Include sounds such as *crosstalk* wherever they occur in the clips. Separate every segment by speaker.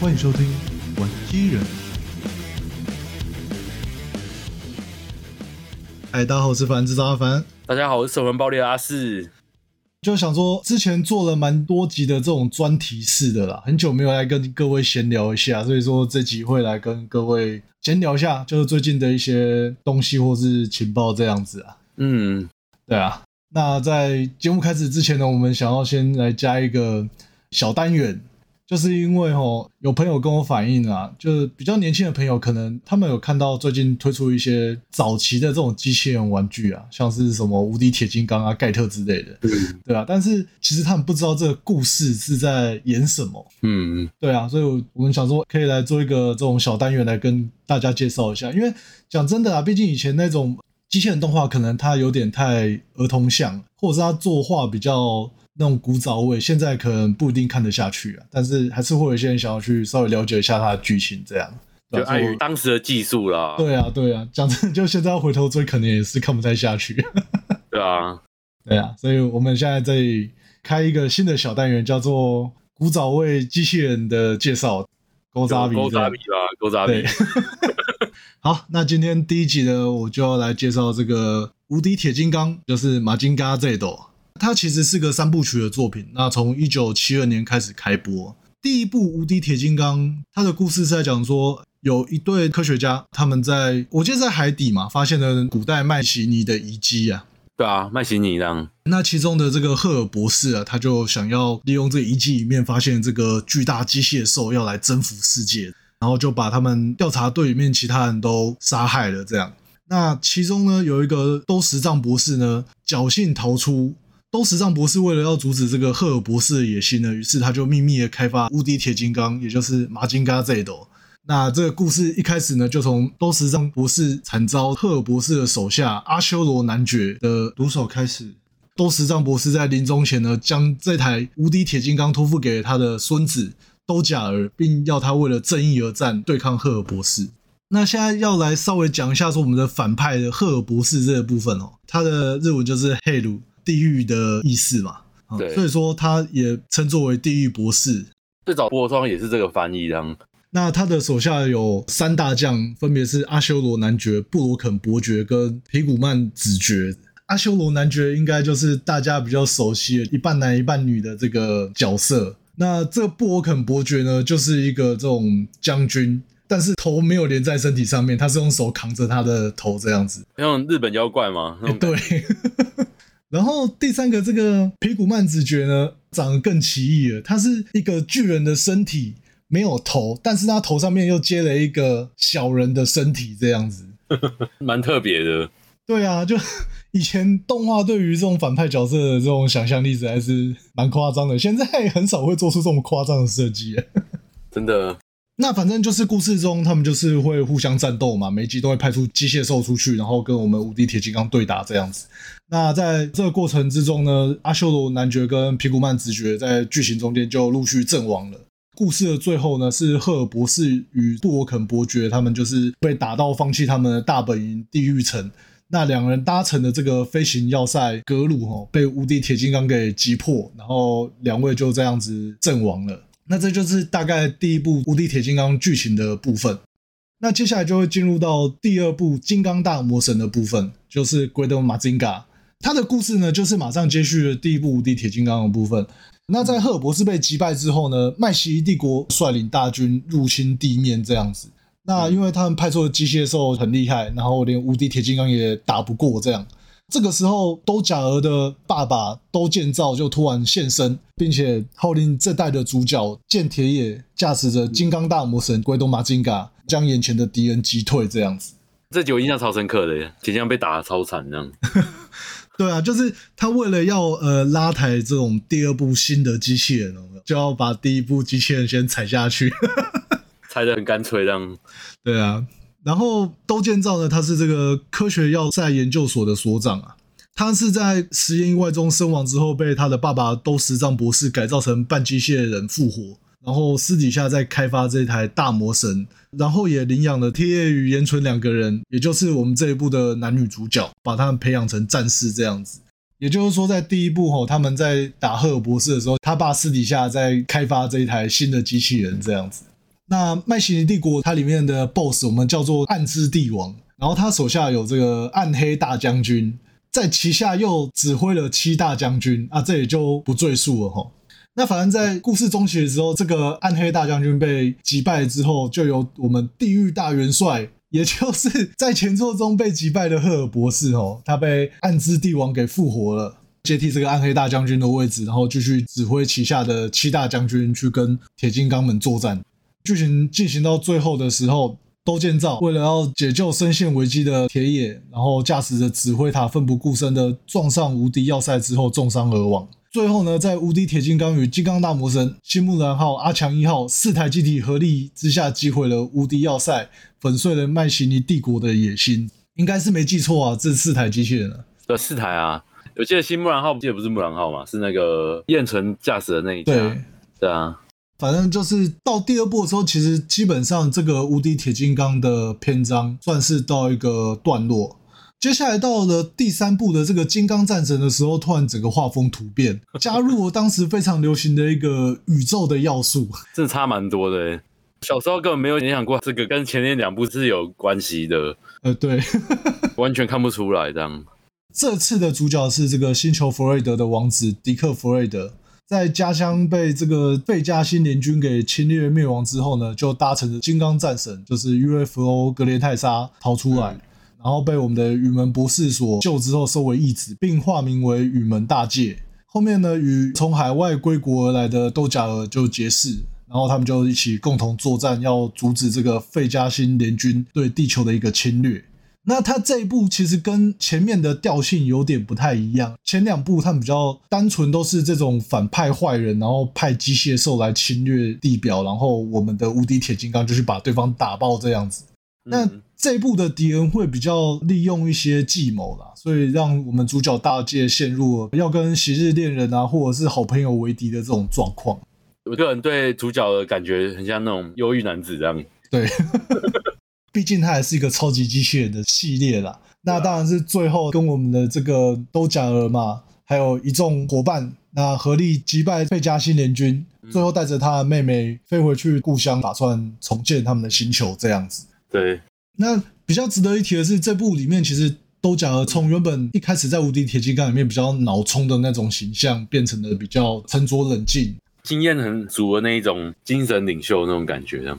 Speaker 1: 欢迎收听《玩机人》。哎，大家好，我是凡，制造阿凡。
Speaker 2: 大家好，我是守门暴力的阿四。
Speaker 1: 就想说，之前做了蛮多集的这种专题式的啦，很久没有来跟各位闲聊一下，所以说这集会来跟各位闲聊一下，就是最近的一些东西或是情报这样子啊。
Speaker 2: 嗯，
Speaker 1: 对啊，那在节目开始之前呢，我们想要先来加一个小单元，就是因为吼有朋友跟我反映啊，就是比较年轻的朋友，可能他们有看到最近推出一些早期的这种机器人玩具啊，像是什么无敌铁金刚啊、盖特之类的，对啊，但是其实他们不知道这个故事是在演什么，
Speaker 2: 嗯，
Speaker 1: 对啊，所以我我们想说可以来做一个这种小单元来跟大家介绍一下，因为讲真的啊，毕竟以前那种机器人动画可能它有点太儿童向了，或者是它作画比较那种古早味，现在可能不一定看得下去啊，但是还是会有一些人想要去稍微了解一下它的剧情这样。
Speaker 2: 就
Speaker 1: 对啊所
Speaker 2: 碍
Speaker 1: 以
Speaker 2: 于
Speaker 1: 我
Speaker 2: 当时的技术啦，
Speaker 1: 对啊，对啊，讲真的，就现在要回头追，可能也是看不太下去。 *laughs*
Speaker 2: 对啊，
Speaker 1: 对啊，所以我们现在在开一个新的小单元，叫做“古早味机器人的介绍”，勾扎比
Speaker 2: 勾
Speaker 1: 这样
Speaker 2: 扎比啦，勾扎比
Speaker 1: 对， *laughs* 好，那今天第一集呢，我就要来介绍这个《无敌铁金刚》，就是马金嘎这一斗。它其实是个三部曲的作品，那从一九七二年开始开播。第一部《无敌铁金刚》，它的故事是在讲说，有一对科学家，他们在我记得在海底嘛，发现了古代麦西尼的遗迹啊。
Speaker 2: *laughs* 对啊，麦西尼当，
Speaker 1: 那其中的这个赫尔博士啊，他就想要利用这遗迹里面发现这个巨大机械兽，要来征服世界，然后就把他们调查队里面其他人都杀害了。这样，那其中呢有一个都十藏博士呢，侥幸逃出。都十藏博士为了要阻止这个赫尔博士的野心呢，于是他就秘密的开发无敌铁金刚，也就是马金嘎这一斗。那这个故事一开始呢，就从都十藏博士惨遭赫尔博士的手下阿修罗男爵的毒手开始。都十藏博士在临终前呢，将这台无敌铁金刚托付给他的孙子都贾尔，并要他为了正义而战，对抗赫尔博士。那现在要来稍微讲一下说我们的反派的赫尔博士这个部分哦，他的日文就是黑鲁，地狱的意思嘛，啊
Speaker 2: 对
Speaker 1: 所以说他也称作为地狱博士。
Speaker 2: 最早播装也是这个翻译当，
Speaker 1: 那他的手下有三大将，分别是阿修罗男爵、布罗肯伯爵跟皮古曼子爵。阿修罗男爵应该就是大家比较熟悉的一半男一半女的这个角色。那这个布罗肯伯爵呢，就是一个这种将军，但是头没有连在身体上面，他是用手扛着他的头这样子。
Speaker 2: 像日本妖
Speaker 1: *laughs*
Speaker 2: 怪嘛，那
Speaker 1: 欸
Speaker 2: 种
Speaker 1: 对。 *laughs* 然后第三个这个皮古曼子爵呢，长得更奇异了，他是一个巨人的身体，没有头，但是他头上面又接了一个小人的身体，这样子。
Speaker 2: 蛮特别的，
Speaker 1: 对啊，就以前动画对于这种反派角色的这种想象力实在是蛮夸张的，现在很少会做出这么夸张的设计了。
Speaker 2: 真的，
Speaker 1: 那反正就是故事中，他们就是会互相战斗嘛，每一集都会派出机械兽出去，然后跟我们无敌铁金刚对打这样子。那在这个过程之中呢，阿修罗男爵跟皮古曼直觉在剧情中间就陆续阵亡了。故事的最后呢，是赫尔博士与布罗肯伯爵他们就是被打到放弃他们的大本营地狱城。那两人搭乘的这个飞行要塞格鲁哦，被无敌铁金刚给击破，然后两位就这样子阵亡了。那这就是大概第一部《无敌铁金刚》剧情的部分。那接下来就会进入到第二部《金刚大魔神》的部分，就是《Great Mazinga》。它的故事呢，就是马上接续了第一部《无敌铁金刚》的部分。那在赫尔博士被击败之后呢，麦西帝国率领大军入侵地面，这样子。那因为他们派出的机械兽很厉害，然后连无敌铁金刚也打不过，这样。这个时候，都贾儿的爸爸都建造就突然现身，并且号令这代的主角建铁也驾驶着金刚大魔神龟东马金嘎，将眼前的敌人击退，这样子。
Speaker 2: 这集我印象超深刻的耶，即将被打得超惨这样，
Speaker 1: 对啊，就是他为了要呃拉抬这种第二部新的机器人，有没有就要把第一部机器人先踩下去。
Speaker 2: 拆的很干脆这样，
Speaker 1: 对啊，然后都建造呢，他是这个科学药赛研究所的所长啊。他是在实验意外中身亡之后，被他的爸爸都十藏博士改造成半机械人复活，然后私底下再开发这台大魔神，然后也领养了贴叶与岩纯两个人，也就是我们这一部的男女主角，把他们培养成战士这样子。也就是说，在第一部吼，他们在打赫尔博士的时候，他爸私底下在开发这一台新的机器人这样子。那麦西尼帝国它里面的 BOSS 我们叫做暗之帝王，然后他手下有这个暗黑大将军，在旗下又指挥了七大将军啊，这也就不赘述了哈。那反正，在故事中期的时候，这个暗黑大将军被击败之后，就由我们地狱大元帅，也就是在前作中被击败的赫尔博士哦，他被暗之帝王给复活了，接替这个暗黑大将军的位置，然后继续指挥旗下的七大将军去跟铁金刚们作战。剧情进行到最后的时候，都建造为了要解救深陷危机的铁野，然后驾驶着指挥塔奋不顾身的撞上无敌要塞之后重伤而亡。最后呢，在无敌铁金刚与金刚大魔神、新木兰号、阿强一号四台机体合力之下击毁了无敌要塞，粉碎了麦西尼帝国的野心。应该是没记错啊，这四台机器人啊，
Speaker 2: 对，四台啊，我记得新木兰号，记得不是木兰号嘛，是那个燕城驾驶的那一架。
Speaker 1: 对，
Speaker 2: 对啊，
Speaker 1: 反正就是到第二部的时候，其实基本上这个无敌铁金刚的篇章算是到一个段落。接下来到了第三部的这个金刚战神的时候，突然整个画风突变，加入了当时非常流行的一个宇宙的要素。
Speaker 2: 真的差蛮多的欸。小时候根本没有联想过这个跟前面两部是有关
Speaker 1: *laughs*
Speaker 2: 系的，
Speaker 1: 呃，对，
Speaker 2: 完全看不出来这样。
Speaker 1: 这次的主角是这个星球弗瑞德的王子迪克·弗瑞德，在家乡被这个贝加星联军给侵略灭亡之后呢，就搭乘着金刚战神，就是 UFO 格雷泰莎逃出来，然后被我们的宇门博士所救之后收为义子，并化名为宇门大介。后面呢，与从海外归国而来的豆贾尔就结识，然后他们就一起共同作战，要阻止这个费加星联军对地球的一个侵略。那它这一部其实跟前面的调性有点不太一样，前两部它们比较单纯，都是这种反派坏人，然后派机械兽来侵略地表，然后我们的无敌铁金刚就去把对方打爆这样子。那
Speaker 2: 嗯
Speaker 1: 这一部的敌人会比较利用一些计谋啦，所以让我们主角大介陷入要跟昔日恋人啊，或者是好朋友为敌的这种状况。
Speaker 2: 我个人对主角的感觉很像那种忧郁男子这样。
Speaker 1: 对，毕竟它还是一个超级机器人的系列啦。那当然是最后跟我们的这个都假尔嘛，还有一众伙伴，那合力击败贝加星联军，最后带着他的妹妹飞回去故乡，打算重建他们的星球这样子。
Speaker 2: 对，
Speaker 1: 那比较值得一提的是，这部里面其实都假了从原本一开始在《无敌铁金刚》里面比较脑冲的那种形象，变成了比较沉着冷静。
Speaker 2: 经验很足的那一种精神领袖那种感觉这样。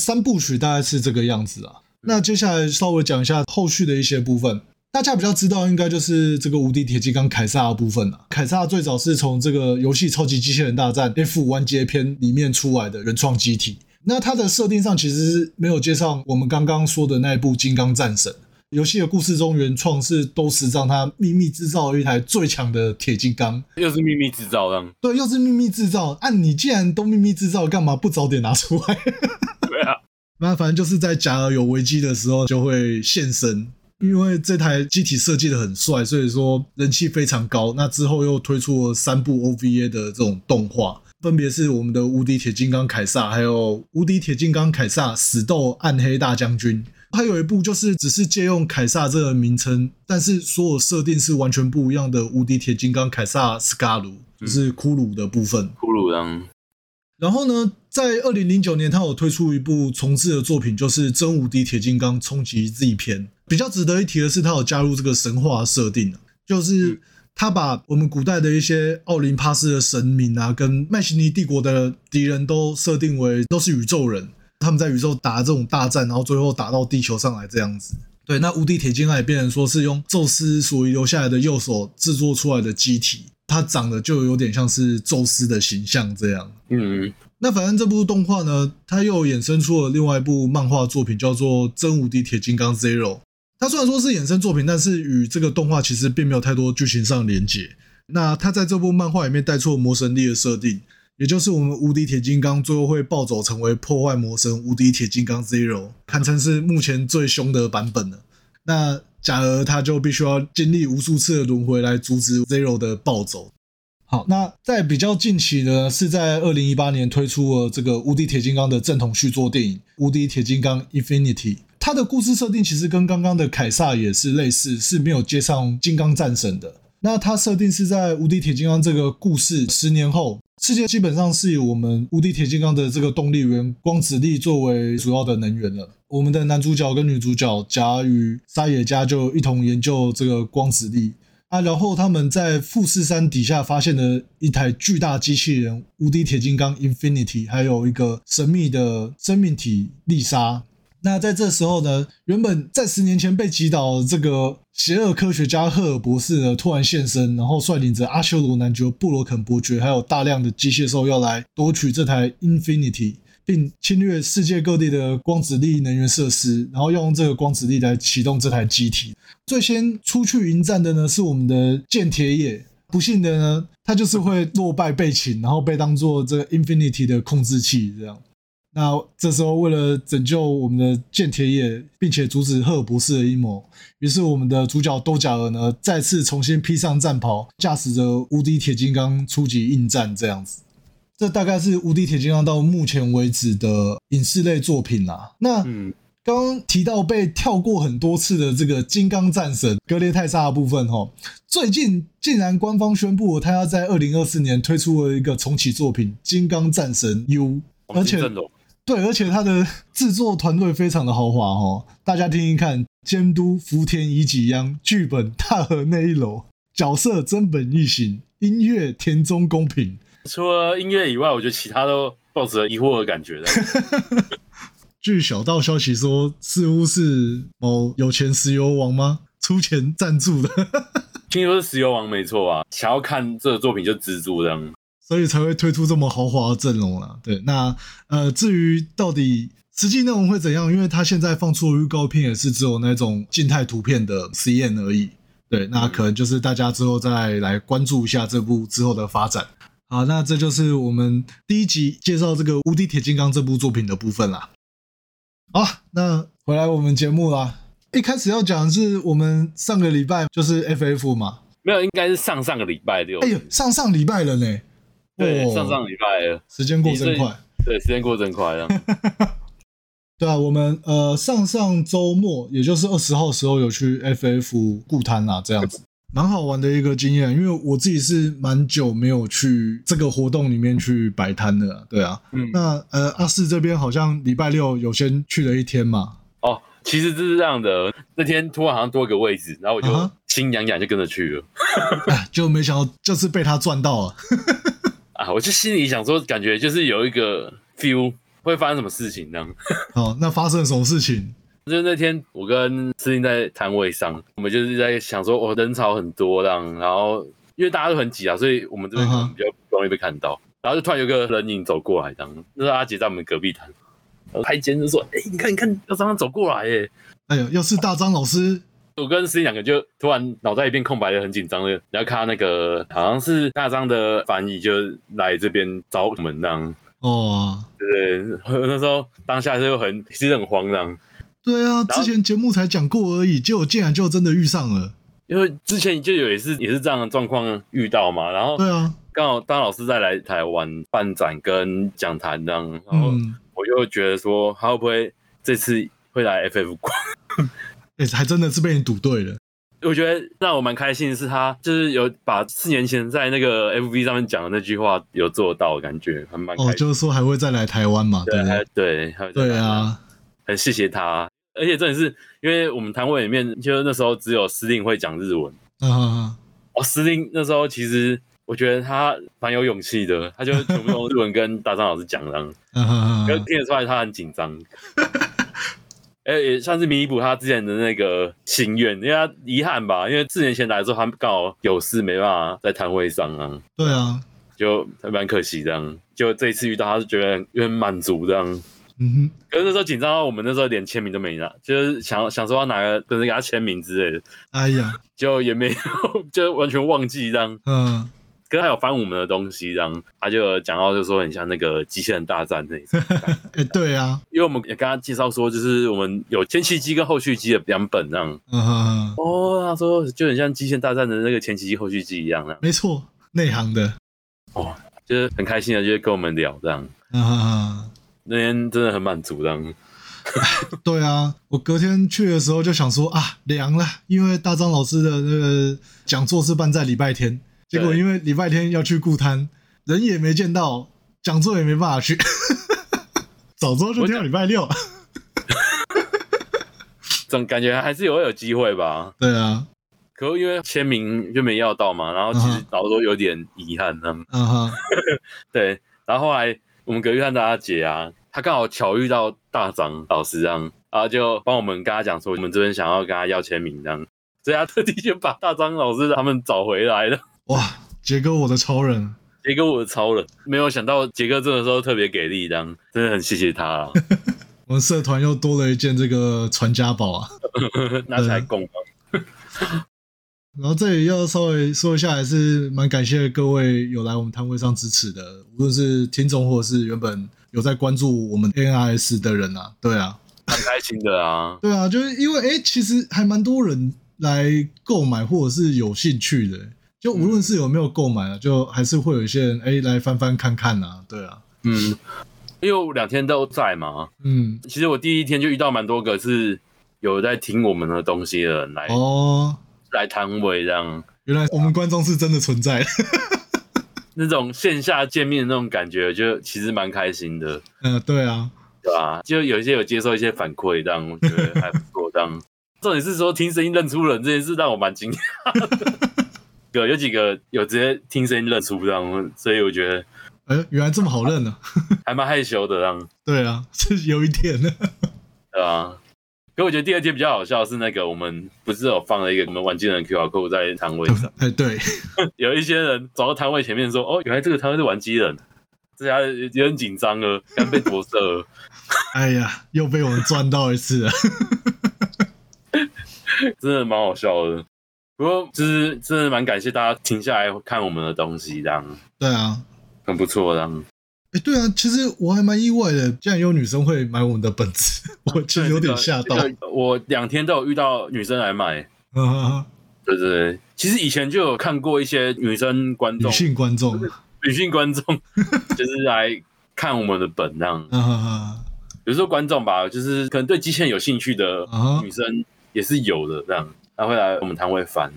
Speaker 1: 三部曲大概是这个样子啊。那接下来稍微讲一下后续的一些部分。大家比较知道，应该就是这个无敌铁金刚凯撒的部分了、啊凯撒最早是从这个游戏《超级机器人大战 F 完结篇》里面出来的原创机体。那它的设定上其实是没有接上我们刚刚说的那一部《金刚战神》。游戏的故事中，原创是都是让他秘密制造了一台最强的铁金刚。
Speaker 2: 又是秘密制造这样。
Speaker 1: 对，又是秘密制造。按、你既然都秘密制造，干嘛不早点拿出来？ *laughs*
Speaker 2: 对啊，
Speaker 1: 那反正就是在假如有危机的时候就会现身，因为这台机体设计的很帅，所以说人气非常高。那之后又推出了三部 OVA 的这种动画，分别是我们的《无敌铁金刚凯撒》，还有《无敌铁金刚凯撒死斗暗黑大将军》。还有一部就是只是借用凯撒这个名称，但是所有设定是完全不一样的《无敌铁金刚凯撒斯卡鲁》，就是骷髅的部分。
Speaker 2: 骷髅这样。
Speaker 1: 然后呢，在二零零九年，他有推出一部重置的作品，就是《真无敌铁金刚冲击 Z 篇》。比较值得一提的是，他有加入这个神话设定啊就是
Speaker 2: 嗯
Speaker 1: 他把我们古代的一些奥林帕斯的神明啊，跟麦西尼帝国的敌人都设定为都是宇宙人，他们在宇宙打这种大战，然后最后打到地球上来这样子。对，那无敌铁金刚也变成说是用宙斯所遗留下来的右手制作出来的机体，它长得就有点像是宙斯的形象这样。
Speaker 2: 嗯，
Speaker 1: 那反正这部动画呢，它又衍生出了另外一部漫画作品，叫做《真无敌铁金刚 Zero》。它虽然说是衍生作品，但是与这个动画其实并没有太多剧情上的连接。那它在这部漫画里面带出了魔神力的设定，也就是我们无敌铁金刚最后会暴走成为破坏魔神无敌铁金刚 Zero，堪称是目前最凶的版本了。那假而他就必须要经历无数次的轮回来阻止 Zero 的暴走，好，那在比较近期呢，是在二零一八年推出了这个《无敌铁金刚》的正统续作电影《无敌铁金刚 Infinity》。它的故事设定其实跟刚刚的凯撒也是类似，是没有接上金刚战神的。那它设定是在《无敌铁金刚》这个故事十年后，世界基本上是以我们《无敌铁金刚》的这个动力源光子力作为主要的能源了。我们的男主角跟女主角甲与沙野家就一同研究这个光子力啊，然后他们在富士山底下发现了一台巨大机器人——无敌铁金刚 Infinity，还有一个神秘的生命体丽莎。那在这时候呢，原本在十年前被击倒的这个邪恶科学家赫尔博士呢，突然现身，然后率领着阿修罗男爵布罗肯伯爵，还有大量的机械兽要来夺取这台 Infinity，并侵略世界各地的光子力能源设施，然后要用这个光子力来启动这台机体。最先出去迎战的呢，是我们的剑铁野。不幸的呢，他就是会落败被擒，然后被当做这个 Infinity 的控制器这样。那这时候，为了拯救我们的剑铁野，并且阻止赫尔博士的阴谋，于是我们的主角兜甲尔呢，再次重新披上战袍，驾驶着无敌铁金刚出击应战。这样子，这大概是无敌铁金刚到目前为止的影视类作品啦。那
Speaker 2: 嗯，
Speaker 1: 刚刚提到被跳过很多次的这个金刚战神格列泰莎的部分哦，最近竟然官方宣布，他要在二零二四年推出了一个重启作品《金刚战神 U》，而且
Speaker 2: 黄金阵容
Speaker 1: 对，而且它的制作团队非常的豪华哦，大家听听看，监督福田以己央，剧本大河内一楼，角色真本一行，音乐田中公平。
Speaker 2: 除了音乐以外，我觉得其他都抱着疑惑的感觉的。
Speaker 1: *laughs* 据小道消息说，似乎是某有钱石油王吗出钱赞助的，
Speaker 2: 听说是石油王没错啊，想要看这个作品就蜘蛛这样。
Speaker 1: 所以才会推出这么豪华的阵容啦。对，那呃，至于到底实际内容会怎样，因为它现在放出的预告片也是只有那种静态图片的实验而已。对，
Speaker 2: 嗯
Speaker 1: 那可能就是大家之后再来关注一下这部之后的发展。好，那这就是我们第一集介绍这个《无敌铁金刚》这部作品的部分啦。好，那回来我们节目啦。一开始要讲的是我们上个礼拜就是 FF 嘛，
Speaker 2: 没有，应该是上上个礼拜六。
Speaker 1: 哎呦，上上礼拜了呢。
Speaker 2: 对，
Speaker 1: 哦
Speaker 2: 上上礼拜了。
Speaker 1: 时间过真快。
Speaker 2: 对，时间过得真快啊！
Speaker 1: *laughs* 对啊，我们呃上上周末，也就是二十号的时候有去 FF 固滩啊，这样子蛮好玩的一个经验。因为我自己是蛮久没有去这个活动里面去摆摊的、啊，对啊。
Speaker 2: 嗯
Speaker 1: 那呃阿四这边好像礼拜六有先去了一天嘛， *laughs*
Speaker 2: 哦，其实这是这样的，那天突然好像多个位置，然后我就
Speaker 1: 啊哈
Speaker 2: 心痒痒就跟着去了
Speaker 1: 哎就没想到就是被他赚到了。 *laughs*
Speaker 2: 啊！我就心里想说，感觉就是有一个 feel 会发生什么事情这样。
Speaker 1: 好，哦那发生了什么事情？
Speaker 2: 就是那天我跟司令在摊位上，我们就是在想说，哦，人潮很多这样，然后因为大家都很挤啊，所以我们这
Speaker 1: 嗯
Speaker 2: 边可
Speaker 1: 哼
Speaker 2: 能比较不容易被看到。然后就突然有个人影走过来，这样，那是阿杰在我们隔壁摊，然后拍肩就说：“哎、你看，你看，要张张走过来耶
Speaker 1: 哎呦，要是大张老师！”
Speaker 2: 我跟司令两个就突然脑袋一片空白的，很紧张的，然后看到那个好像是大张的翻译，就来这边找我们这样。
Speaker 1: 哦，
Speaker 2: 对，那时候当下就很其实很慌张，
Speaker 1: 对啊，
Speaker 2: 然后
Speaker 1: 之前节目才讲过而已，结果竟然就真的遇上了。
Speaker 2: 因为之前就有一次也是这样的状况遇到嘛，然后
Speaker 1: 对啊，
Speaker 2: 刚好当老师在来台湾办展跟讲坛这样，然后
Speaker 1: 嗯，
Speaker 2: 我就觉得说他会不会这次会来 FF 馆？ *laughs*
Speaker 1: 哎、还真的是被你赌对了。
Speaker 2: 我觉得让我蛮开心的是他就是有把四年前在那个 FV 上面讲的那句话有做到，感觉还蛮开
Speaker 1: 哦，
Speaker 2: 心。
Speaker 1: 就是说还会再来台湾嘛，对
Speaker 2: 对，
Speaker 1: 不
Speaker 2: 还
Speaker 1: 对？
Speaker 2: 对，还有这
Speaker 1: 对
Speaker 2: 样，
Speaker 1: 啊，
Speaker 2: 很谢谢他。啊而且真的是因为我们摊位里面，就是那时候只有司令会讲日文，
Speaker 1: 啊啊，
Speaker 2: 哦，司令那时候其实我觉得他蛮有勇气的，他就全部用日文跟大张老师讲，这
Speaker 1: *laughs*
Speaker 2: 样，
Speaker 1: 啊啊
Speaker 2: 就听得出来他很紧张。哎、也算是弥补他之前的那个心愿，因为他遗憾吧，因为四年前来的时候他刚好有事没办法在摊位上啊，
Speaker 1: 对啊，
Speaker 2: 就还蛮可惜这样。就这一次遇到他，是觉得有点满足这样。
Speaker 1: 嗯
Speaker 2: 可是那时候紧张到我们那时候连签名都没拿，就是想想说要拿个跟人给他签名之类的，
Speaker 1: 哼，哎呀，
Speaker 2: 结果也没有， *laughs* 就完全忘记这样。
Speaker 1: 嗯，
Speaker 2: 可是他有翻我们的东西，这样他就有讲到，就说很像那个《机器人大战》那一次，
Speaker 1: 哎、对啊，
Speaker 2: 因为我们也跟他介绍说，就是我们有前期机跟后续机的两本这样。
Speaker 1: 嗯哼哼，
Speaker 2: 哦，他说就很像《机器人大战》的那个前期机、后续机一样，这啊样
Speaker 1: 没错，内行的，啊
Speaker 2: 就是很开心的，就是跟我们聊这样。
Speaker 1: 嗯哼哼，
Speaker 2: 那天真的很满足这样，
Speaker 1: 对啊，我隔天去的时候就想说啊，凉了，因为大张老师的那个讲座是办在礼拜天，结果
Speaker 2: 对
Speaker 1: 因为礼拜天要去顾摊，人也没见到，讲座也没办法去。 *laughs* 早知道就
Speaker 2: 我
Speaker 1: 挑礼拜六。 *laughs*
Speaker 2: 总感觉还是有有机会吧。
Speaker 1: 对啊，
Speaker 2: 可是因为签名就没要到嘛，然后其
Speaker 1: 嗯
Speaker 2: 实老实说有点遗憾他们。
Speaker 1: 嗯哈，
Speaker 2: 对，然后后来我们隔壁看大家姐啊，她刚好巧遇到大张老师这样，然后就帮我们跟她讲说，我们这边想要跟她要签名这样，所以她特地先把大张老师他们找回来了。 *laughs*
Speaker 1: 哇，杰哥我的超人，
Speaker 2: 杰哥我超了，没有想到杰哥这个时候特别给力，这样真的很谢谢他啊， *laughs*
Speaker 1: 我们社团又多了一件这个传家宝啊。
Speaker 2: 拿起来供。
Speaker 1: 然后这里要稍微说一下，还是蛮感谢各位有来我们摊位上支持的，无论是听众或者是原本有在关注我们 NRS 的人啊，对啊，
Speaker 2: 蛮开心的啊。
Speaker 1: 对啊，就是因为哎、诶其实还蛮多人来购买或者是有兴趣的、就无论是有没有购买啊，就还是会有一些人哎、诶来翻翻看看啊，对啊，
Speaker 2: 嗯，因为我两天都在嘛，
Speaker 1: 嗯，
Speaker 2: 其实我第一天就遇到蛮多个是有在听我们的东西的人来、
Speaker 1: 哦，
Speaker 2: 来摊位这样，
Speaker 1: 原来我们观众是真的存在， *laughs*
Speaker 2: 那种线下见面的那种感觉，就其实蛮开心的，
Speaker 1: 嗯、对啊，
Speaker 2: 对吧、就有一些有接受一些反馈，这样我觉得还不错。这样，重点是说听声音认出人这件事让我蛮惊讶的，有有几个有直接听声音认出这样，所以我觉得
Speaker 1: 哎、原来这么好认呢、啊， *laughs*
Speaker 2: 还蛮害羞的，这样，
Speaker 1: 对啊，是有一点呢， *laughs*
Speaker 2: 对吧、可我觉得第二天比较好笑是那个，我们不是有放了一个我们玩具人的 QR code 在摊位上，
Speaker 1: 哎、对，
Speaker 2: 有一些人走到摊位前面说：“哦，原来这个摊位是玩机人。”这下有点紧张了，刚被夺舍了。 *laughs*
Speaker 1: 哎呀，又被我们赚到一次了。 *laughs*
Speaker 2: 真的蛮好笑的。不过就是真的蛮感谢大家停下来看我们的东西，这样
Speaker 1: 对啊，
Speaker 2: 很不错，这样
Speaker 1: 哎、对啊，其实我还蛮意外的，竟然有女生会买我们的本子， *laughs* 我其实有点吓到。
Speaker 2: 对这个我两天都有遇到女生来买，
Speaker 1: 啊，
Speaker 2: 对对对。其实以前就有看过一些女生观
Speaker 1: *laughs*
Speaker 2: 众
Speaker 1: 女、性观众，
Speaker 2: 女性观众， *laughs* 就是来看我们的本这样。
Speaker 1: 啊
Speaker 2: 有时候观众吧，就是可能对机器人有兴趣的
Speaker 1: 啊
Speaker 2: 女生也是有的，这样她会来我们摊位翻，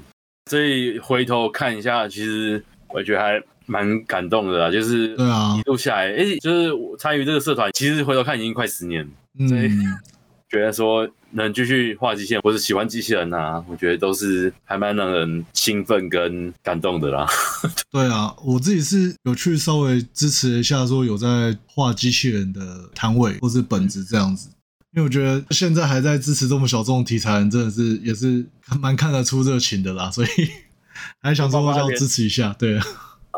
Speaker 2: 所以回头看一下，其实我觉得还蛮感动的啦，就是
Speaker 1: 对啊
Speaker 2: 一，路下来，而且就是我参与这个社团，其实回头看已经快十年，所以
Speaker 1: 嗯，
Speaker 2: 觉得说能继续画机器人或者喜欢机器人啊，我觉得都是还蛮让人兴奋跟感动的啦。
Speaker 1: 对啊，我自己是有去稍微支持一下，说有在画机器人的摊位或是本子这样子。因为我觉得现在还在支持这么小众题材，真的是也是蛮看得出热情的啦，所以还想说要支持一下。对啊，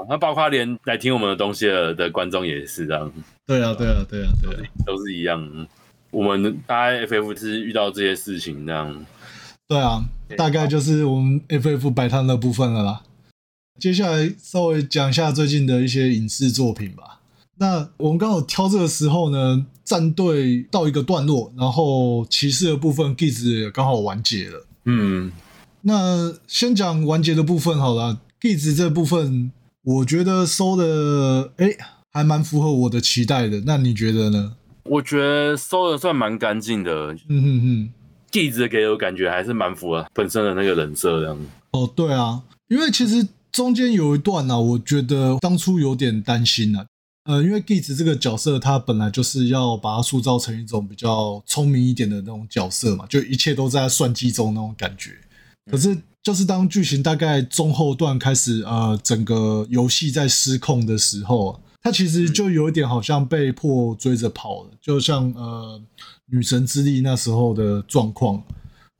Speaker 2: 那包括连来听我们的东西的的观众也是这样，
Speaker 1: 对啊，对啊，对啊，对啊。
Speaker 2: 都是一样。我们大概 FF 是遇到这些事情这样，
Speaker 1: 对啊，
Speaker 2: 对
Speaker 1: 大概就是我们 FF 摆摊的部分了啦。接下来稍微讲一下最近的一些影视作品吧。那我们刚好挑这个时候呢，战队到一个段落，然后骑士的部分 g i z 也刚好完结了。
Speaker 2: 嗯，
Speaker 1: 那先讲完结的部分好了 g i z 这部分我觉得收的哎、诶还蛮符合我的期待的。那你觉得呢？
Speaker 2: 我觉得收的算蛮干净的，
Speaker 1: 嗯哼哼。
Speaker 2: 地址给我感觉还是蛮符合本身的那个人设这样。
Speaker 1: 哦，对啊，因为其实中间有一段呢、啊，我觉得当初有点担心啊。呃，因为 Gitz 这个角色，他本来就是要把它塑造成一种比较聪明一点的那种角色嘛，就一切都在他算计中那种感觉。可是，就是当剧情大概中后段开始，呃，整个游戏在失控的时候、啊，他其实就有一点好像被迫追着跑了，就像呃女神之力那时候的状况。啊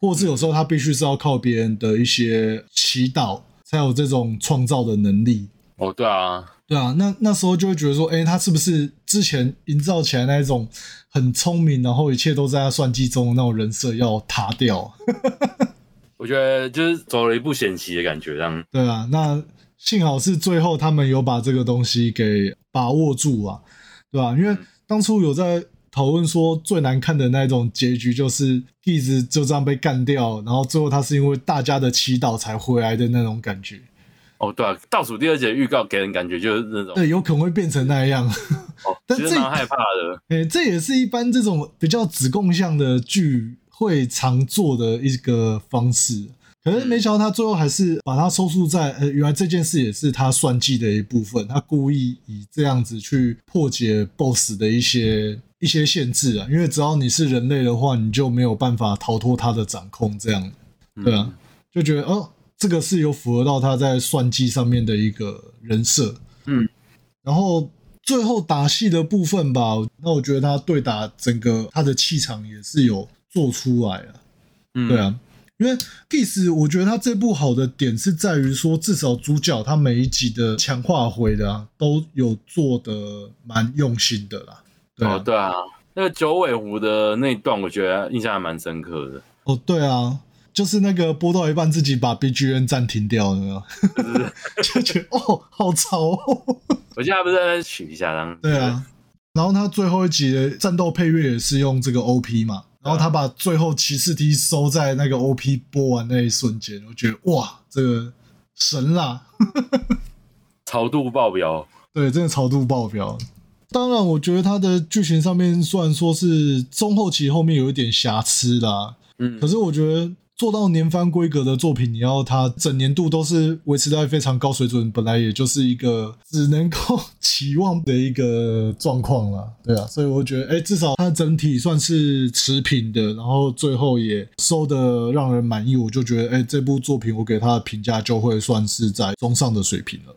Speaker 1: 或者是有时候他必须是要靠别人的一些祈祷，才有这种创造的能力。
Speaker 2: 哦，对啊，
Speaker 1: 对啊，那那时候就会觉得说，哎、他是不是之前营造起来那一种很聪明，然后一切都在他算计中的那种人设要塌掉？
Speaker 2: 我觉得就是走了一步险棋的感觉，这样。
Speaker 1: 对啊，那幸好是最后他们有把这个东西给把握住啊，对吧、因为当初有在讨论说最难看的那一种结局就是 g 子就这样被干掉，然后最后他是因为大家的祈祷才回来的那种感觉。
Speaker 2: 哦，对啊，倒数第二节预告给人感觉就是那种
Speaker 1: 对，有可能会变成那样。 *laughs*
Speaker 2: 哦，
Speaker 1: 但
Speaker 2: 其
Speaker 1: 这
Speaker 2: 实蛮害怕的。
Speaker 1: 诶、这也是一般这种比较子贡向的剧会常做的一个方式。可是没想到他最后还是把它收束在，呃，原来这件事也是他算计的一部分，他故意以这样子去破解 BOSS 的一些一些限制啊，因为只要你是人类的话，你就没有办法逃脱他的掌控，这样
Speaker 2: 嗯
Speaker 1: 对啊，就觉得哦，这个是有符合到他在算计上面的一个人设，
Speaker 2: 嗯，
Speaker 1: 然后最后打戏的部分吧，那我觉得他对打整个他的气场也是有做出来了，
Speaker 2: 嗯，
Speaker 1: 对，啊，因为 Kiss 我觉得他这部好的点是在于说，至少主角他每一集的强化回的啊，都有做的蛮用心的啦，对啊
Speaker 2: 哦，对啊，那个九尾狐的那一段，我觉得印象还蛮深刻的。
Speaker 1: 哦，对啊，就是那个播到一半自己把 B G N 暂停掉了，就觉得哦，好潮哦。
Speaker 2: 我现在不是在取一下当时
Speaker 1: 对，啊，然后他最后一集的战斗配乐也是用这个 O P 嘛，然后他把最后骑士 T 收在那个 O P 播完那一瞬间，我觉得哇，这个神啦！
Speaker 2: 潮度爆表。
Speaker 1: 对，真的潮度爆表。当然，我觉得它的剧情上面虽然说是中后期后面有一点瑕疵啦，
Speaker 2: 嗯
Speaker 1: 可，是我觉得做到年番规格的作品，你要它整年度都是维持在非常高水准，本来也就是一个只能够 *laughs* 期望的一个状况啦。对啊，所以我觉得，哎、至少它整体算是持平的，然后最后也收的让人满意，我就觉得，哎、这部作品我给它的评价就会算是在中上的水平了。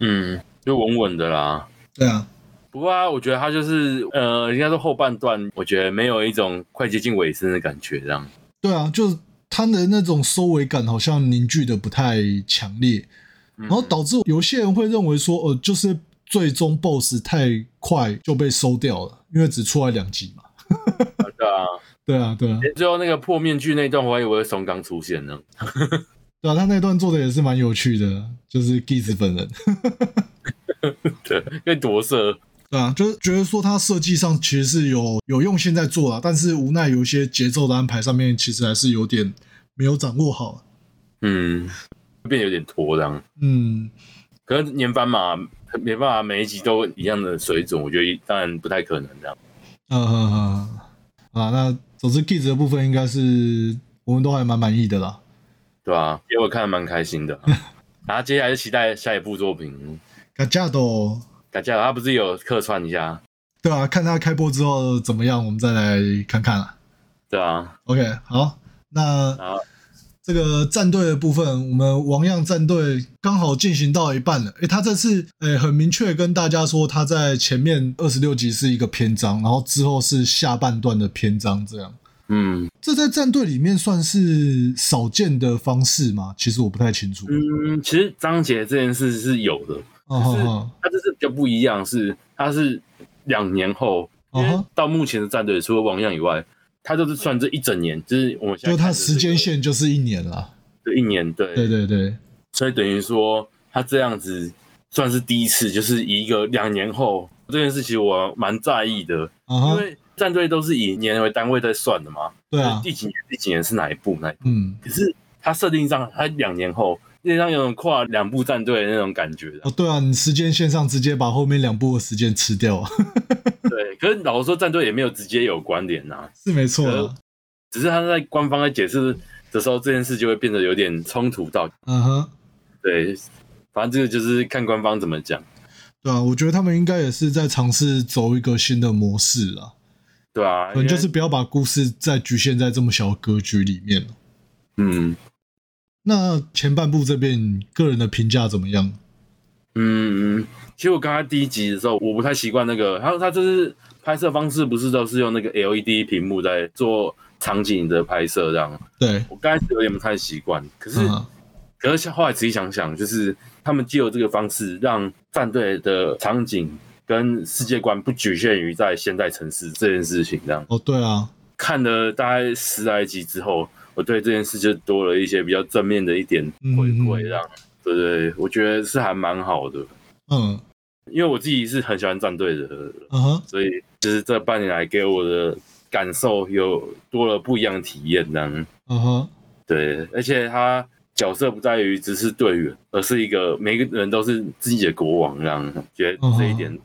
Speaker 2: 嗯，就稳稳的啦。
Speaker 1: 对啊，
Speaker 2: 不过啊，我觉得他就是呃，应该说后半段，我觉得没有一种快接近尾声的感觉，这 *laughs* 样。
Speaker 1: 对啊，就是它的那种收尾感好像凝聚的不太强烈，
Speaker 2: 然
Speaker 1: 然后导致有些人会认为说，呃，就是最终 BOSS 太快就被收掉了，因为只出来两集嘛。
Speaker 2: 对啊，
Speaker 1: 对啊，对啊，
Speaker 2: 连最后那个破面具那一段，我还以为松冈出现呢。
Speaker 1: 对啊，他那段做的也是蛮有趣的，就是 Giz 本人。
Speaker 2: 对，因为夺舍。
Speaker 1: 对啊，就是觉得说他设计上其实是有有用心在做啦，但是无奈有一些节奏的安排上面其实还是有点没有掌握好。
Speaker 2: 嗯，变得有点拖这样。
Speaker 1: 嗯，
Speaker 2: 可是年番嘛，没办法，每一集都一样的水准，我觉得当然不太可能这样。
Speaker 1: 呃啊，那总之 Giz 的部分应该是我们都还蛮满意的啦。
Speaker 2: 对啊，因为我看得蛮开心 *laughs* 的。然后接下来就期待下一部作品。
Speaker 1: 嘎加斗，
Speaker 2: 感谢啊他不是有客串一下？
Speaker 1: 对啊，看他开播之后怎么样，我们再来看看啊。
Speaker 2: 对啊，
Speaker 1: OK，好，那
Speaker 2: 然后
Speaker 1: 这个战队的部分，我们王样战队刚好进行到一半了。诶，他这次诶很明确跟大家说，他在前面二十六集是一个篇章，然后之后是下半段的篇章，这样。
Speaker 2: 嗯
Speaker 1: 这在战队里面算是少见的方式吗？其实我不太清楚。
Speaker 2: 嗯，其实章节这件事是有的，
Speaker 1: 哦
Speaker 2: 可是
Speaker 1: 哦
Speaker 2: 它这次比较不一样是，它是两年后，因
Speaker 1: 哦
Speaker 2: 为
Speaker 1: 哈
Speaker 2: 到目前的战队除了王样以外，它就是算这一整年，就是我们现在
Speaker 1: 就他
Speaker 2: 看的这
Speaker 1: 时间
Speaker 2: 个
Speaker 1: 线就是一年啦。
Speaker 2: 这一年，对
Speaker 1: 对对对，
Speaker 2: 所以等于说他这样子算是第一次，就是以一个两年后这件事，其实我蛮在意的，
Speaker 1: 啊
Speaker 2: 因
Speaker 1: 哈，
Speaker 2: 为战队都是以年为单位在算的嘛，
Speaker 1: 对啊
Speaker 2: 就是，第几年第几年是哪一部哪一部，
Speaker 1: 嗯，
Speaker 2: 可是他设定上他两年后。那让有种跨两部战队的那种感觉的
Speaker 1: 哦，，对啊，你时间线上直接把后面两部的时间吃掉啊， *laughs*
Speaker 2: 对。可是老实说，战队也没有直接有关联呐、
Speaker 1: 是没错
Speaker 2: 呃
Speaker 1: 啊。
Speaker 2: 只是他在官方在解释的时候，这件事就会变得有点冲突到。
Speaker 1: 嗯哼，
Speaker 2: 对，反正这个就是看官方怎么讲，
Speaker 1: 对啊，我觉得他们应该也是在尝试走一个新的模式啊，
Speaker 2: 对啊，
Speaker 1: 可能就
Speaker 2: 因
Speaker 1: 是
Speaker 2: 为
Speaker 1: 不要把故事再局限在这么小的格局里面了
Speaker 2: 嗯，
Speaker 1: 那前半部这边，你个人的评价怎么样？
Speaker 2: 嗯，嗯，其实我刚刚第一集的时候，我不太习惯那个，他他就是拍摄方式不是都是用那个 LED 屏幕在做场景的拍摄这样，
Speaker 1: 对，
Speaker 2: 我刚开始有点不太习惯，可是、
Speaker 1: 嗯，
Speaker 2: 可是后来仔细想想，就是他们借由这个方式，让战队的场景跟世界观不局限于在现代城市这件事情这样。
Speaker 1: 哦，对啊，
Speaker 2: 看了大概十来集之后，我对这件事就多了一些比较正面的一点回馈，这样，对对，我觉得是还蛮好的。
Speaker 1: 嗯，
Speaker 2: 因为我自己是很喜欢战队的，
Speaker 1: 嗯哼，
Speaker 2: 所以就是这半年来给我的感受有多了不一样的体验这样。
Speaker 1: 嗯哼，
Speaker 2: 对，而且他角色不在于只是
Speaker 1: 嗯
Speaker 2: 队员，而是一个每个人都是自己的国王这样，觉得这一点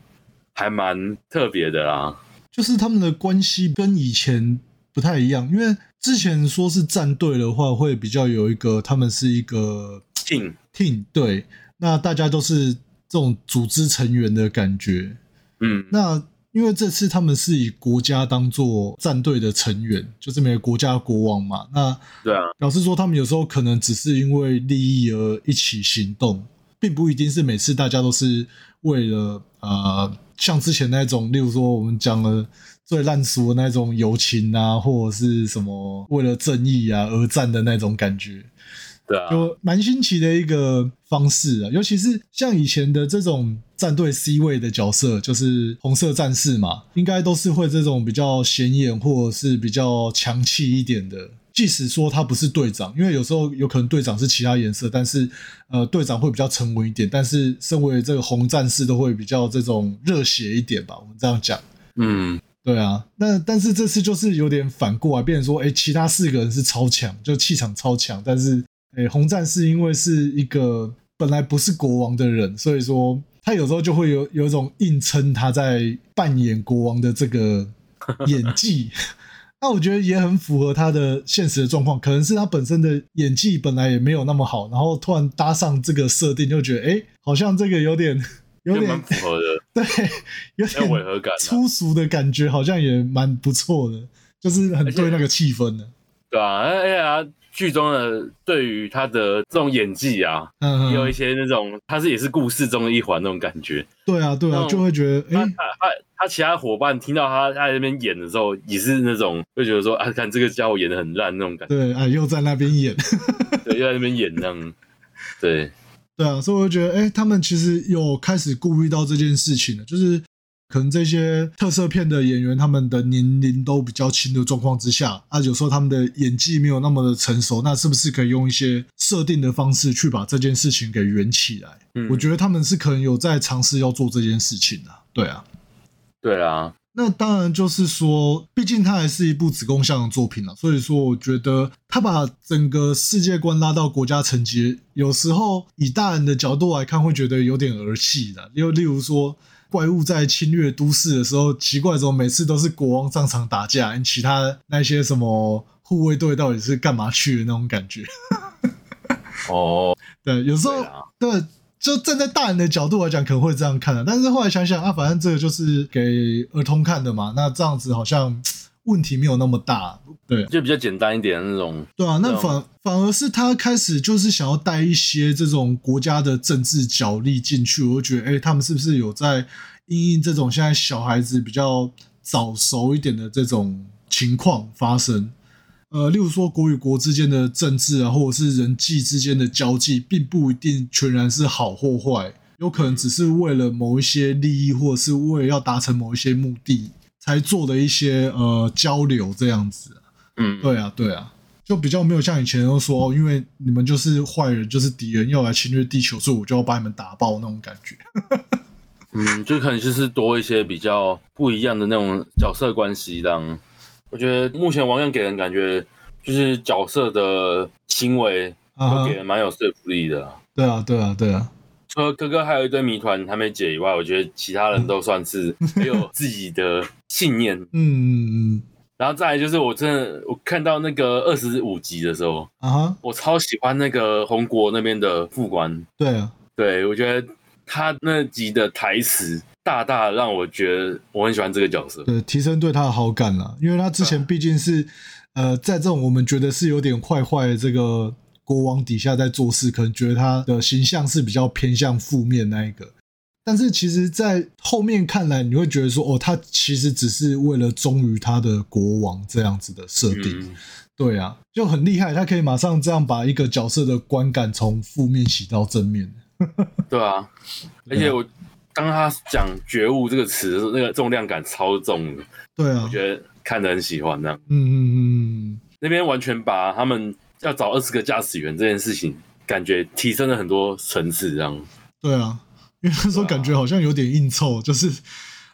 Speaker 2: 还蛮特别的啦。
Speaker 1: 就是他们的关系跟以前不太一样，因为之前说是战队的话，会比较有一个他们是一个
Speaker 2: 进
Speaker 1: team 对，那大家都是这种组织成员的感觉。
Speaker 2: 嗯，
Speaker 1: 那因为这次他们是以国家当做战队的成员，就是每个国家的国王嘛。那
Speaker 2: 对啊，
Speaker 1: 表示说，他们有时候可能只是因为利益而一起行动，并不一定是每次大家都是为了呃，像之前那种，例如说我们讲的最烂俗的那种友情啊，或者是什么为了正义啊而战的那种感觉。
Speaker 2: 对啊，
Speaker 1: 就蛮新奇的一个方式啊，尤其是像以前的这种战队 C 位的角色，就是红色战士嘛，应该都是会这种比较显眼或者是比较强气一点的。即使说他不是队长，因为有时候有可能队长是其他颜色，但是呃队长会比较沉稳一点，但是身为这个红战士都会比较这种热血一点吧，我们这样讲。
Speaker 2: 嗯，
Speaker 1: 对啊，那但是这次就是有点反过来，变成说，哎、其他四个人是超强，就气场超强，但是，哎、红战士因为是一个本来不是国王的人，所以说他有时候就会有有一种硬撑他在扮演国王的这
Speaker 2: *laughs*
Speaker 1: 个演技。 *laughs* 那我觉得也很符合他的现实的状况，可能是他本身的演技本来也没有那么好，然后突然搭上这个设定，就觉得哎、诶好像这个有点有
Speaker 2: 就
Speaker 1: 点
Speaker 2: 蛮符合的，
Speaker 1: 对，有
Speaker 2: 没有
Speaker 1: 点
Speaker 2: 违和感、
Speaker 1: *laughs*
Speaker 2: 啊，
Speaker 1: 粗俗的感觉好像也蛮不错的，就是很对那个气氛的。
Speaker 2: 对啊，而且啊，剧中的对于他的这种演技啊，
Speaker 1: 嗯，
Speaker 2: 也有一
Speaker 1: 嗯
Speaker 2: 些那种他是也是故事中的一环那种感觉。
Speaker 1: 对啊，对
Speaker 2: 那
Speaker 1: 啊，
Speaker 2: 种
Speaker 1: 就会觉得
Speaker 2: 他
Speaker 1: 哎、
Speaker 2: 他他他其他伙伴听到他他在那边演的时候，也是那种会觉得说啊，看这个家伙演的很烂那种感觉，
Speaker 1: 对，哎，又在那边演， *laughs*
Speaker 2: 对，又在那边演那样，对，
Speaker 1: 对啊，所以我就觉得哎、他们其实有开始顾虑到这件事情了，就是可能这些特色片的演员他们的年龄都比较轻的状况之下，啊，有时候他们的演技没有那么的成熟，那是不是可以用一些设定的方式去把这件事情给圆起来？
Speaker 2: 嗯，
Speaker 1: 我觉得他们是可能有在尝试要做这件事情啊，对啊。
Speaker 2: 对啊，
Speaker 1: 那当然就是说，毕竟它还是一部子宫向的作品了，所以说我觉得他把整个世界观拉到国家层级，有时候以大人的角度来看，会觉得有点儿戏的。又例如说，怪物在侵略都市的时候，奇怪怎么每次都是国王上场打架，其他那些什么护卫队到底是干嘛去的那种感觉。 *laughs*
Speaker 2: 哦，
Speaker 1: 对，有时候
Speaker 2: 对啊
Speaker 1: 对，就站在大人的角度来讲，可能会这样看的、但是后来想想啊，反正这个就是给儿童看的嘛，那这样子好像问题没有那么大。对
Speaker 2: 就比较简单一点的那种，
Speaker 1: 对啊，那
Speaker 2: 对啊
Speaker 1: 反反而是他开始就是想要带一些这种国家的政治角力进去，我就觉得，哎、他们是不是有在因应这种现在小孩子比较早熟一点的这种情况发生？呃，例如说国与国之间的政治啊，或者是人际之间的交际，并不一定全然是好或坏，有可能只是为了某一些利益，或者是为了要达成某一些目的才做的一些呃交流这样子。
Speaker 2: 嗯，
Speaker 1: 对啊，对啊，就比较没有像以前都说，哦因为你们就是坏人，就是敌人要来侵略地球，所以我就要把你们打爆那种感觉。
Speaker 2: 嗯，就可能就是多一些比较不一样的那种角色关系让我觉得目前王样给人感觉就是角色的行为
Speaker 1: 啊
Speaker 2: 都
Speaker 1: 哈
Speaker 2: 给，人蛮有说服力的啊。
Speaker 1: 对啊，对啊，对啊，
Speaker 2: 除了哥哥还有一堆谜团还没解以外，我觉得其他人都算是很 *laughs* 有自己的信念。
Speaker 1: 嗯嗯嗯，
Speaker 2: 然后再来就是，我真的我看到那个二十五集的时候，
Speaker 1: 啊哈，
Speaker 2: 我超喜欢那个红国那边的副官，
Speaker 1: 对啊，
Speaker 2: 对我觉得他那集的台词大大地让我觉得我很喜欢这个角色。
Speaker 1: 对，呃提升对他的好感了，因为他之前毕竟是，呃，在这种我们觉得是有点坏坏的这个国王底下在做事，可能觉得他的形象是比较偏向负面那一个。但是其实，在后面看来，你会觉得说，哦，他其实只是为了忠于他的国王这样子的设定。
Speaker 2: 嗯，
Speaker 1: 对啊，就很厉害，他可以马上这样把一个角色的观感从负面洗到正面。
Speaker 2: 对啊，而且我当他讲“觉悟”这个词，的时候，那个重量感超重的，
Speaker 1: 对啊
Speaker 2: 我，觉得看得很喜欢这样。
Speaker 1: 嗯嗯嗯
Speaker 2: 那边完全把他们要找二十个驾驶员这件事情，感觉提升了很多层次，这样。
Speaker 1: 嗯，对啊，因为那时候感觉好像有点硬凑，就是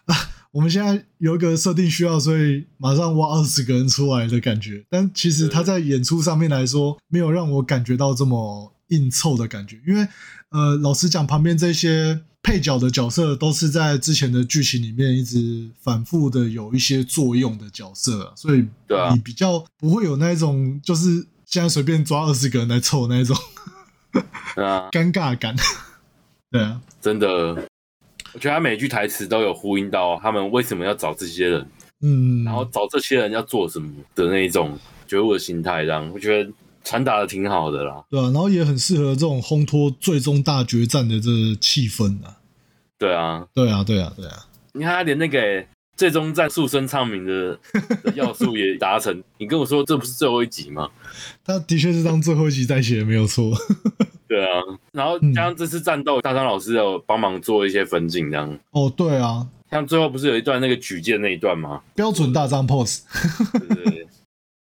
Speaker 1: 啊，我们现在有一个设定需要，所以马上挖二十个人出来的感觉。但其实他在演出上面来说，没有让我感觉到这么硬凑的感觉，因为呃，老实讲，旁边这些配角的角色都是在之前的剧情里面一直反复的有一些作用的角色啊、所以
Speaker 2: 对啊
Speaker 1: 你比较不会有那种就是现在随便抓二十个人来凑那种 *laughs*
Speaker 2: 对啊，
Speaker 1: 尴尬感。对啊，
Speaker 2: 真的，我觉得他每一句台词都有呼应到他们为什么要找这些人，
Speaker 1: 嗯，
Speaker 2: 然后找这些人要做什么的那一种觉悟的心态，这样我觉得传达的挺好的啦。
Speaker 1: 对啊，然后也很适合这种烘托最终大决战的这个气氛啊。
Speaker 2: 对啊，
Speaker 1: 对啊，对啊，对啊，
Speaker 2: 你看他连那个、欸最终战速声唱名的的要素也达成， *laughs* 你跟我说这不是最后一集吗？
Speaker 1: 他的确是当最后一集在写的，没有错。
Speaker 2: 对啊，然后
Speaker 1: 嗯
Speaker 2: 加上这次战斗，大张老师有帮忙做一些分镜，这样。
Speaker 1: 哦，对啊，
Speaker 2: 像最后不是有一段那个举剑那一段吗？
Speaker 1: 标准大张 pose。
Speaker 2: 对对对，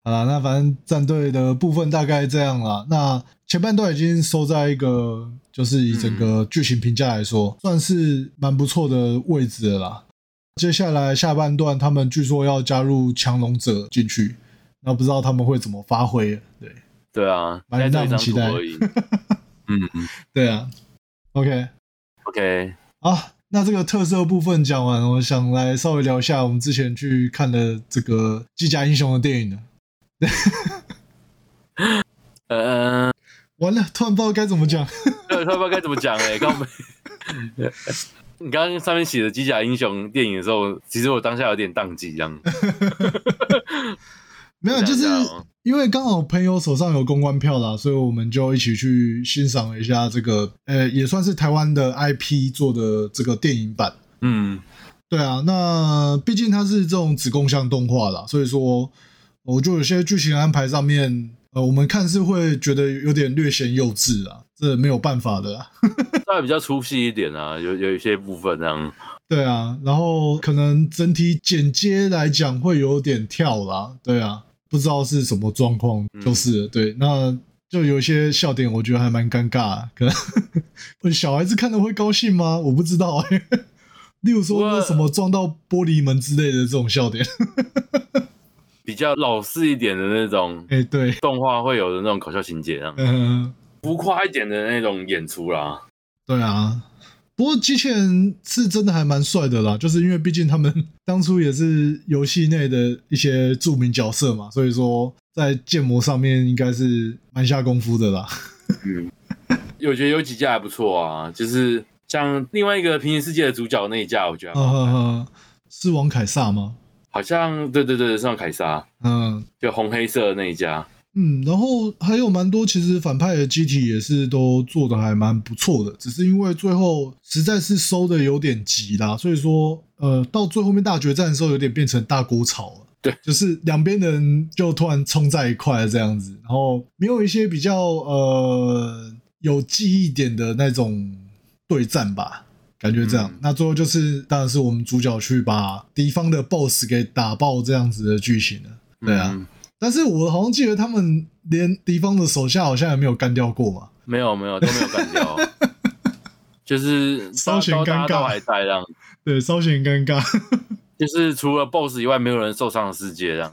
Speaker 1: 好啦，那反正战队的部分大概这样啦。那前半段已经收在一个，就是以整
Speaker 2: 嗯
Speaker 1: 个剧情评价来说，算是蛮不错的位置了啦。接下来下半段，他们据说要加入强龙者进去，那不知道他们会怎么发挥。对，
Speaker 2: 对啊，
Speaker 1: *laughs* 蛮
Speaker 2: 现在
Speaker 1: 让人
Speaker 2: 就一张
Speaker 1: 期
Speaker 2: 图
Speaker 1: 待 *laughs*
Speaker 2: 而已。嗯嗯
Speaker 1: 对啊。OK，
Speaker 2: ，OK，
Speaker 1: 啊，那这个特色部分讲完，我想来稍微聊一下我们之前去看的这个《机甲英雄》的电影了。
Speaker 2: 呃，
Speaker 1: 完了，突然不知道该怎么讲。
Speaker 2: *laughs* 对，不知道该怎么讲哎、欸，刚没。 *laughs* 你刚刚上面写的《机甲英雄》电影的时候，其实我当下有点宕机，这样。
Speaker 1: 没有，就是
Speaker 2: 想一下哦
Speaker 1: 因为刚好朋友手上有公关票啦，所以我们就一起去欣赏了一下这个，呃，也算是台湾的 IP 做的这个电影版。
Speaker 2: 嗯，
Speaker 1: 对啊，那毕竟它是这种子供向动画啦，所以说我就有些剧情安排上面，呃，我们看是会觉得有点略显幼稚啊，这没有办法的啊啦。
Speaker 2: 稍微比较粗细一点啊，有有一些部分这样。
Speaker 1: 对啊，然后可能整体剪接来讲会有点跳啦，对啊，不知道是什么状况，
Speaker 2: 嗯
Speaker 1: 就是了、对，那就有一些笑点，我觉得还蛮尴尬，可能 *laughs* 小孩子看了会高兴吗？我不知道、欸， *laughs* 例如说
Speaker 2: 我
Speaker 1: 那什么撞到玻璃门之类的这种笑点，
Speaker 2: 比较老式一点的那种
Speaker 1: 哎、对，
Speaker 2: 动画会有的那种搞笑情节，这样
Speaker 1: 嗯、
Speaker 2: 浮夸一点的那种演出啦。
Speaker 1: 对啊，不过机器人是真的还蛮帅的啦，就是因为毕竟他们当初也是游戏内的一些著名角色嘛，所以说在建模上面应该是蛮下功夫的啦。
Speaker 2: 我觉得有几架还不错啊，就是像另外一个平行世界的主角那一架，我觉得还
Speaker 1: 啊哈哈，是王凯撒吗？
Speaker 2: 好像对对对，上凯撒
Speaker 1: 嗯
Speaker 2: 就红黑色的那一架，
Speaker 1: 嗯，然后还有蛮多其实反派的机体也是都做的还蛮不错的，只是因为最后实在是收的有点急啦，所以说呃到最后面大决战的时候有点变成大锅炒了。
Speaker 2: 对，
Speaker 1: 就是两边的人就突然冲在一块了这样子，然后没有一些比较呃有记忆点的那种对战吧，感觉这样。
Speaker 2: 嗯
Speaker 1: 那最后就是当然是我们主角去把敌方的 BOSS 给打爆这样子的剧情了。对啊
Speaker 2: 嗯
Speaker 1: 但是我好像记得他们连敌方的手下好像也没有干掉过嘛。
Speaker 2: 没有没有都没有干
Speaker 1: *laughs*
Speaker 2: 掉，就是
Speaker 1: 稍显
Speaker 2: 大家
Speaker 1: 尴尬
Speaker 2: 都还在这样，
Speaker 1: 对，稍显尴尬。
Speaker 2: 就是除了 BOSS 以外，没有人受伤的世界这
Speaker 1: *laughs*
Speaker 2: 样，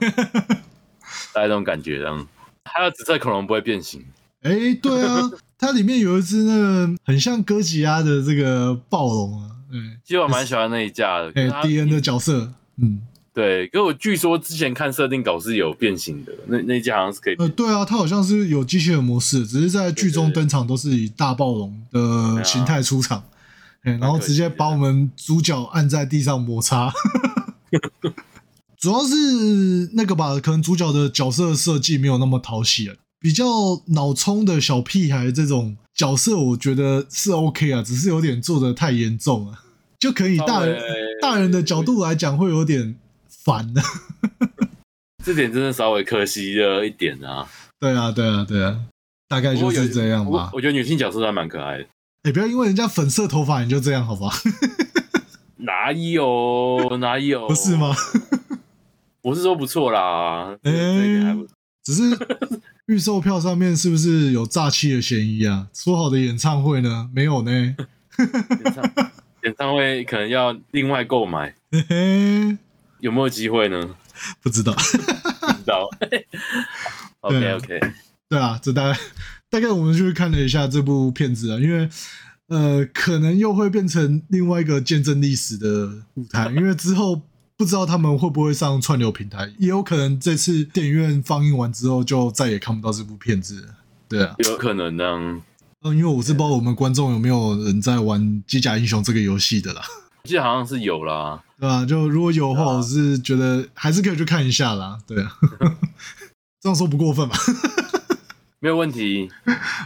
Speaker 2: 大家这种感觉这样。还有紫色恐龙不会变形，
Speaker 1: 哎、对啊，它里面有一只那个很像哥吉拉的这个暴龙啊，对，
Speaker 2: 其实我蛮喜欢那一架的。可
Speaker 1: 哎、
Speaker 2: 是它
Speaker 1: d N 的角色，嗯，
Speaker 2: 对，可我据说之前看设定稿是有变形的，那那一架好像是可以
Speaker 1: 呃，对啊，它好像是有机器人模式，只是在剧中
Speaker 2: 对对啊对
Speaker 1: 登场都是以大暴龙的形态出场，哎、然后直接把我们主角按在地上摩擦。 *laughs* 主要是那个吧，可能主角的角色设计没有那么讨喜啊，比较脑冲的小屁孩这种角色，我觉得是 OK 啊，只是有点做的太严重了，就可以大人
Speaker 2: 稍微
Speaker 1: 大人的角度来讲会有点烦的、
Speaker 2: 这点真的稍微可惜了一点啊。
Speaker 1: *laughs* 对啊，对啊，对啊，大概
Speaker 2: 不
Speaker 1: 就
Speaker 2: 过有
Speaker 1: 是这样
Speaker 2: 不
Speaker 1: 吧
Speaker 2: 过。我觉得女性角色还蛮可爱的。
Speaker 1: 哎、不要因为人家粉色头发你就这样，好吧？
Speaker 2: 哪有哪有？
Speaker 1: 不是吗？
Speaker 2: 我是说不错啦，这
Speaker 1: 哎
Speaker 2: 这一点还不错。
Speaker 1: *laughs* 只是预售票上面是不是有诈欺的嫌疑啊？说好的演唱会呢？没有呢。 *laughs*
Speaker 2: 演 *laughs* 唱演唱会可能要另外购买，
Speaker 1: 嘿嘿，
Speaker 2: 有没有机会呢？
Speaker 1: 不知道。
Speaker 2: 不知道。 *laughs* 嗯
Speaker 1: 对
Speaker 2: OK
Speaker 1: 啊
Speaker 2: OK，
Speaker 1: 对啊，这大概大概我们就去看了一下这部片子啊，因为呃，可能又会变成另外一个见证历史的舞台，因为之后不知道他们会不会上串流平台，也有可能这次电影院放映完之后就再也看不到这部片子了。对啊，
Speaker 2: 有可能呢。
Speaker 1: 嗯，因为我是不知道我们观众有没有人在玩《机甲英雄》这个游戏的啦，
Speaker 2: 我记得好像是有啦，
Speaker 1: 对啊，就如果有的
Speaker 2: 对
Speaker 1: 话，
Speaker 2: 啊
Speaker 1: 我是觉得还是可以去看一下啦。对
Speaker 2: *laughs*
Speaker 1: 啊，这样说不过分吧
Speaker 2: 没有问题。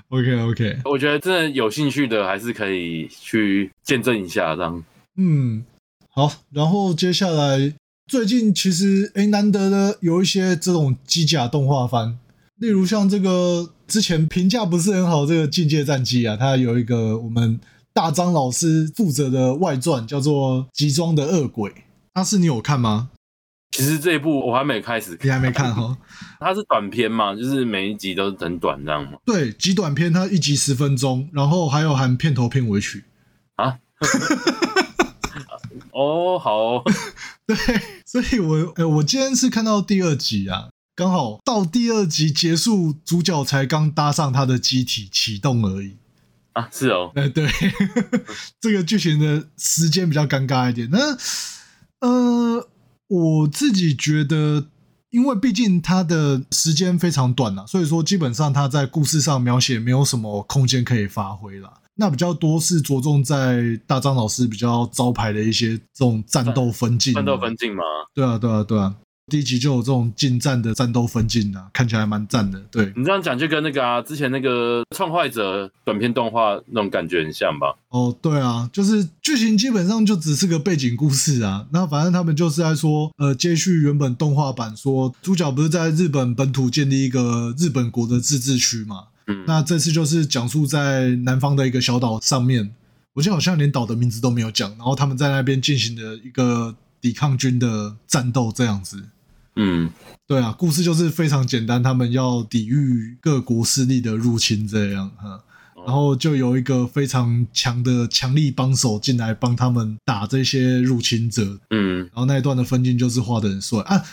Speaker 1: ？OK OK，
Speaker 2: 我觉得真的有兴趣的还是可以去见证一下，这样
Speaker 1: 嗯，好，然后接下来最近其实哎、诶难得的有一些这种机甲动画番，例如像这个之前评价不是很好这个《境界战机》啊，它有一个我们大张老师负责的外传，叫做《集装的恶鬼》，阿是你有看吗？
Speaker 2: 其实这一部我还没开始
Speaker 1: 你
Speaker 2: 看，
Speaker 1: 还没看哈？
Speaker 2: 它是短片嘛，就是每一集都是很短这样嘛。
Speaker 1: 对，极短片，它一集十分钟，然后还有含片头片尾曲。
Speaker 2: 哦，好
Speaker 1: *laughs*
Speaker 2: 哦
Speaker 1: 对，所以我呃，我今天是看到第二集啊，刚好到第二集结束，主角才刚搭上他的机体启动而已。
Speaker 2: 啊，是哦，
Speaker 1: 呃，对， *laughs* 这个剧情的时间比较尴尬一点。那呃，我自己觉得，因为毕竟它的时间非常短啊，所以说基本上它在故事上描写没有什么空间可以发挥啦。那比较多是着重在大张老师比较招牌的一些这种战斗分镜啊，
Speaker 2: 奋斗分镜嘛，
Speaker 1: 对啊，对啊，对啊。第一集就有这种近战的战斗分镜啊，看起来还蛮赞的。对，
Speaker 2: 你这样讲就跟那个啊，之前那个创坏者短片动画那种感觉很像吧？
Speaker 1: 哦，对啊，就是剧情基本上就只是个背景故事啊。那反正他们就是在说，呃，接续原本动画版说，主角不是在日本本土建立一个日本国的自治区嘛？
Speaker 2: 嗯，
Speaker 1: 那这次就是讲述在南方的一个小岛上面，我记得好像连岛的名字都没有讲，然后他们在那边进行的一个抵抗军的战斗这样子。
Speaker 2: 嗯，
Speaker 1: 对啊，故事就是非常简单，他们要抵御各国势力的入侵这样哈。然后就有一个非常强的强力帮手进来帮他们打这些入侵者，
Speaker 2: 嗯，
Speaker 1: 然后那一段的分镜就是画的很帅啊。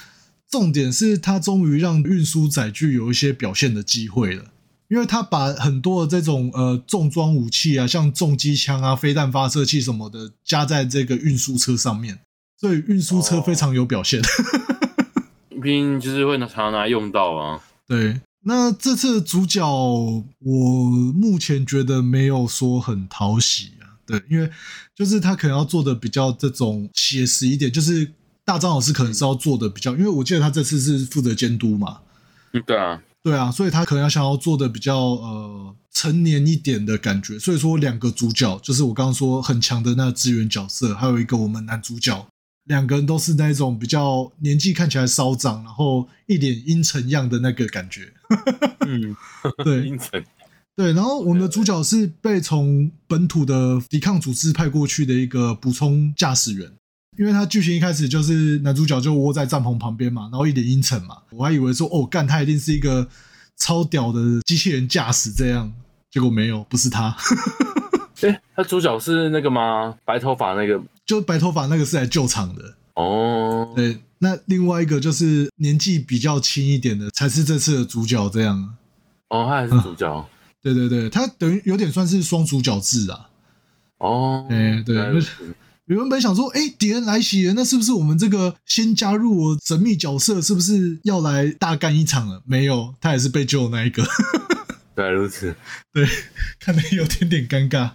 Speaker 1: 重点是他终于让运输载具有一些表现的机会了，因为他把很多的这种呃重装武器啊，像重机枪啊、飞弹发射器什么的加在这个运输车上面，所以运输车非常有表现。
Speaker 2: 毕竟就是会常常拿来用到啊。
Speaker 1: 对，那这次的主角我目前觉得没有说很讨喜啊，对，因为就是他可能要做的比较这种写实一点，就是大张老师可能是要做的比较，因为我记得他这次是负责监督嘛，
Speaker 2: 嗯，对啊，
Speaker 1: *laughs* 对啊，所以他可能要想要做的比较呃成年一点的感觉，所以说两个主角就是我刚刚说很强的那个支援角色，还有一个我们男主角，两个人都是那种比较年纪看起来稍长，然后一脸阴沉样的那个感觉，
Speaker 2: 嗯，
Speaker 1: 对，
Speaker 2: 阴沉，
Speaker 1: 对，然后我们的主角是被从本土的抵抗组织派过去的一个补充驾驶员，因为他剧情一开始就是男主角就窝在帐篷旁边嘛，然后一脸阴沉嘛，我还以为说哦，干他一定是一个超屌的机器人驾驶这样，结果没有，不是他， *laughs*
Speaker 2: 哎，他主角是那个吗？白头发那个？
Speaker 1: 就白头发那个是来救场的。
Speaker 2: 哦，
Speaker 1: 对，那另外一个就是年纪比较轻一点的才是这次的主角这样。
Speaker 2: 哦，他还是主角。
Speaker 1: 对对对，他等于有点算是双主角制啊。
Speaker 2: 哦，
Speaker 1: 哎对
Speaker 2: 原来如此
Speaker 1: 原本想说，哎、敌人来袭了，那是不是我们这个先加入我神秘角色，是不是要来大干一场了？没有，他也是被救的那一个， *laughs*
Speaker 2: 原来如此。
Speaker 1: 看得有点点尴尬。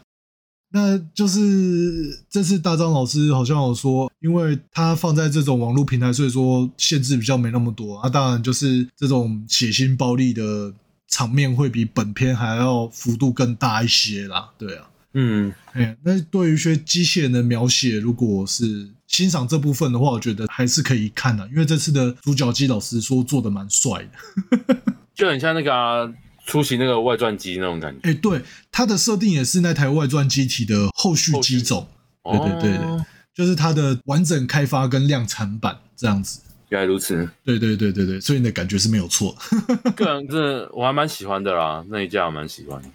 Speaker 1: 那就是这次大张老师好像有说，因为他放在这种网络平台，所以说限制比较没那么多。啊，当然就是这种血腥暴力的场面会比本片还要幅度更大一些啦。对啊，
Speaker 2: 嗯，
Speaker 1: 哎、那对于一些机械人的描写，如果是欣赏这部分的话，我觉得还是可以看的、因为这次的主角机老师说做的蛮帅的。
Speaker 2: 就很像那个啊，出席那个外传机那种感觉。
Speaker 1: 哎、对，它的设定也是那台外传机体的后续机种，对对对对
Speaker 2: 哦，
Speaker 1: 就是它的完整开发跟量产版这样子。
Speaker 2: 原来如
Speaker 1: *laughs*
Speaker 2: 此。
Speaker 1: 对对对对对，所以你的感觉是没有错的。
Speaker 2: 个人真的我还蛮喜欢的啦，那一架蛮喜欢的。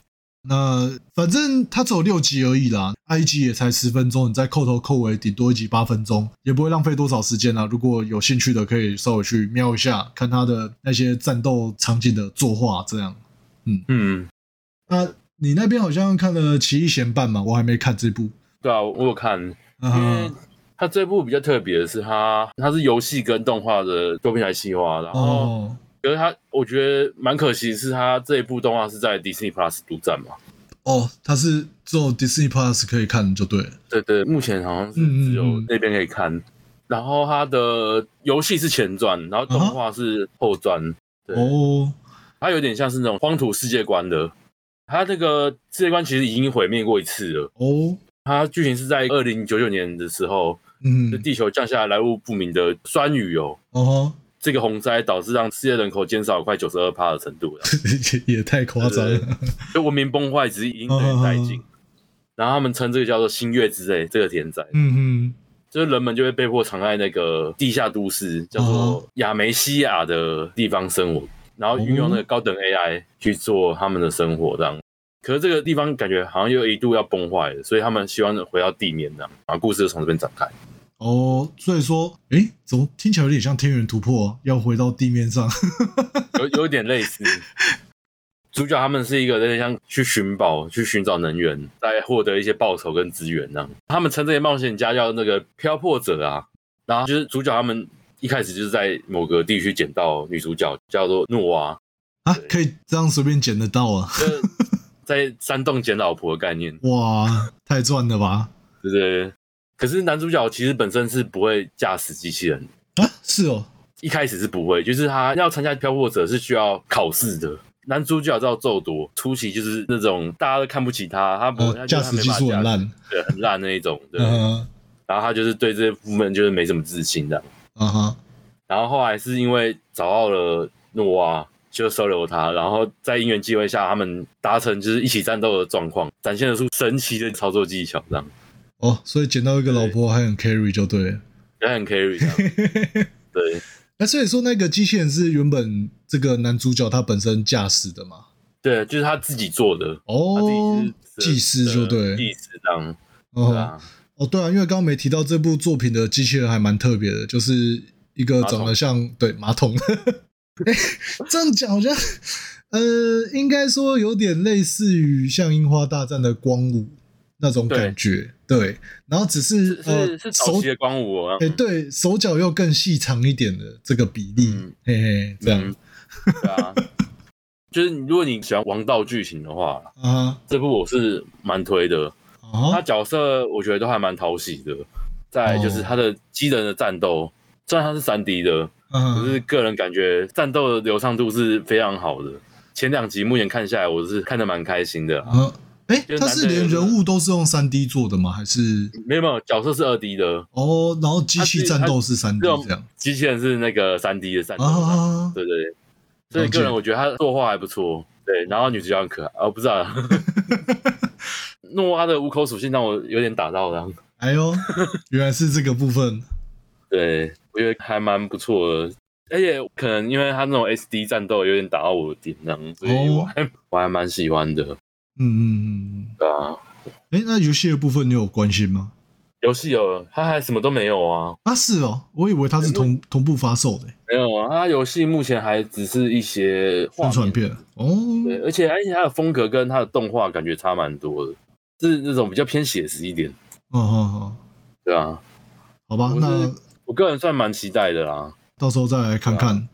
Speaker 1: 那反正它只有六集而已啦，它一集也才十分钟，你再扣头扣尾，顶多一集八分钟，也不会浪费多少时间啦。如果有兴趣的，可以稍微去瞄一下，看它的那些战斗场景的作画，这样。
Speaker 2: 嗯，
Speaker 1: 那你那边好像看了《奇异闲伴》嘛？我还没看这部。
Speaker 2: 对啊，我我有看，
Speaker 1: 嗯
Speaker 2: 因为
Speaker 1: 哼，
Speaker 2: 它这部比较特别的是它，它是游戏跟动画的多平台企划，然后
Speaker 1: 哦，
Speaker 2: 可是它我觉得蛮可惜的是它这一部动画是在 Disney Plus 独占嘛，
Speaker 1: 哦，它是只有 Disney Plus 可以看就对了。
Speaker 2: 对对，目前好像是
Speaker 1: 嗯嗯
Speaker 2: 只有
Speaker 1: 嗯
Speaker 2: 那边可以看，然后它的游戏是前传，然后动画是后传，对，
Speaker 1: 哦，
Speaker 2: 它有点像是那种荒土世界观的，它这个世界观其实已经毁灭过一次了，
Speaker 1: 哦，
Speaker 2: 它剧情是在二零九九年的时候。就
Speaker 1: 嗯，
Speaker 2: 地球降下来来路不明的酸雨哦，
Speaker 1: 哦，
Speaker 2: 这个洪灾导致让世界人口减少快九十二趴的程度了，
Speaker 1: *laughs* 也也太夸张了。
Speaker 2: 就文明崩坏只是已经有点殆尽
Speaker 1: 嗯。
Speaker 2: 然后他们称这个叫做星月之泪，这个天灾，
Speaker 1: 嗯
Speaker 2: 就是人们就会被迫藏在那个地下都市，叫
Speaker 1: 嗯
Speaker 2: 做亚梅西亚的地方生活，然后运用
Speaker 1: 哦
Speaker 2: 那个高等 AI 去做他们的生活这样。可是这个地方感觉好像又一度要崩坏了，所以他们希望回到地面这样，然后故事就从这边展开。
Speaker 1: 哼，哦，所以说，诶，怎么听起来有点像《天元突破、啊》，要回到地面上？ *laughs*
Speaker 2: 有有点类似。主角他们是一个有点像去寻宝、去寻找能源，来获得一些报酬跟资源那样。他们称这些冒险家叫那个漂泊者啊。然后就是主角他们一开始就是在某个地区捡到女主角，叫做诺娃，
Speaker 1: 啊，可以这样随便捡得到啊！
Speaker 2: 就是 *laughs* 在山洞捡老婆的概念，
Speaker 1: 哇，太赚了吧！
Speaker 2: 对不对？可是男主角其实本身是不会驾驶机器人，
Speaker 1: 啊，是哦，
Speaker 2: 一开始是不会，就是他要参加漂泊者是需要考试的。男主角叫咒夺，初期就是那种大家都看不起他，他不
Speaker 1: 呃，
Speaker 2: 他
Speaker 1: 驾
Speaker 2: 就是他
Speaker 1: 驶
Speaker 2: 没
Speaker 1: 技
Speaker 2: 办法
Speaker 1: 术很
Speaker 2: 驾驶，
Speaker 1: 烂。
Speaker 2: 对，很烂那一种，对。
Speaker 1: 嗯
Speaker 2: 然后他就是对这部分就是没什么自信的。
Speaker 1: 啊哈，
Speaker 2: 然后后来是因为找到了诺娃，就收留他，然后在因缘机会下，他们达成就是一起战斗的状况，展现得出神奇的操作技巧，这样
Speaker 1: 哦，所以捡到一个老婆还很 carry 就对了。
Speaker 2: 也很 carry 这样。
Speaker 1: *laughs*
Speaker 2: 对，
Speaker 1: 那所以说，那个机器人是原本这个男主角他本身驾驶的嘛？
Speaker 2: 对，就是他自己做的，他自
Speaker 1: 哦
Speaker 2: 己，是呃
Speaker 1: 技师就对，
Speaker 2: 技师啊这样，对
Speaker 1: 哦
Speaker 2: 啊。
Speaker 1: 哦，对啊，因为刚刚没提到这部作品的机器人还蛮特别的，就是一个长得像对马桶， *laughs* 哎这样讲好像呃，应该说有点类似于像《樱花大战》的光武那种感觉，对，然后只是
Speaker 2: 是
Speaker 1: 呃
Speaker 2: 是是早
Speaker 1: 手
Speaker 2: 期的光武啊，
Speaker 1: 哎、对手脚又更细长一点的这个比例，
Speaker 2: 嗯
Speaker 1: 嘿嘿，这样、
Speaker 2: 嗯对啊， *laughs* 就是如果你喜欢王道剧情的话，
Speaker 1: 啊
Speaker 2: 这部我是蛮推的。他
Speaker 1: 啊，
Speaker 2: 角色我觉得都还蛮讨喜的，再来
Speaker 1: 哦
Speaker 2: 就是他的机人的战斗，虽然他是三 D 的，可
Speaker 1: 嗯
Speaker 2: 是个人感觉战斗的流畅度是非常好的。前两集目前看下来，我是看得蛮开心的啊、
Speaker 1: 啊，哎、
Speaker 2: 就是
Speaker 1: 他是连
Speaker 2: 难得有
Speaker 1: 人物都是用三 D 做的吗？还是
Speaker 2: 没有没有，角色是二 D 的，
Speaker 1: 哦，然后机器战斗是三 D
Speaker 2: 这种
Speaker 1: 这样
Speaker 2: 机器人是那个三 D 的战斗，
Speaker 1: 啊？
Speaker 2: 对对对，所以
Speaker 1: 了解
Speaker 2: 个人我觉得他作画还不错，对，然后女主角很可爱，哦，不知道、啊，诺娃的五口属性让我有点打到了，
Speaker 1: 哎
Speaker 2: *laughs*
Speaker 1: 呦，原来是这个部分
Speaker 2: 对我觉得还蛮不错的，而且可能因为他那种 SD 战斗有点打到我的点，这样，所以我还、我还蛮喜欢的，
Speaker 1: 嗯嗯嗯
Speaker 2: 对啊，
Speaker 1: 嗯。哎，那游戏的部分你有关心吗？
Speaker 2: 游戏有他还什么都没有啊，
Speaker 1: 啊，是哦，我以为它是同同步发售的
Speaker 2: 没有啊，他游戏目前还只是一些画
Speaker 1: 宣传
Speaker 2: 面
Speaker 1: 片哦。
Speaker 2: 对，而且而且它的风格跟它的动画感觉差蛮多的，是那种比较偏写实一点，
Speaker 1: 哦哦哦，
Speaker 2: 对啊。
Speaker 1: 好吧，
Speaker 2: 我
Speaker 1: 那
Speaker 2: 是我个人算蛮期待的啦。
Speaker 1: 到时候再来看
Speaker 2: 啊
Speaker 1: 看。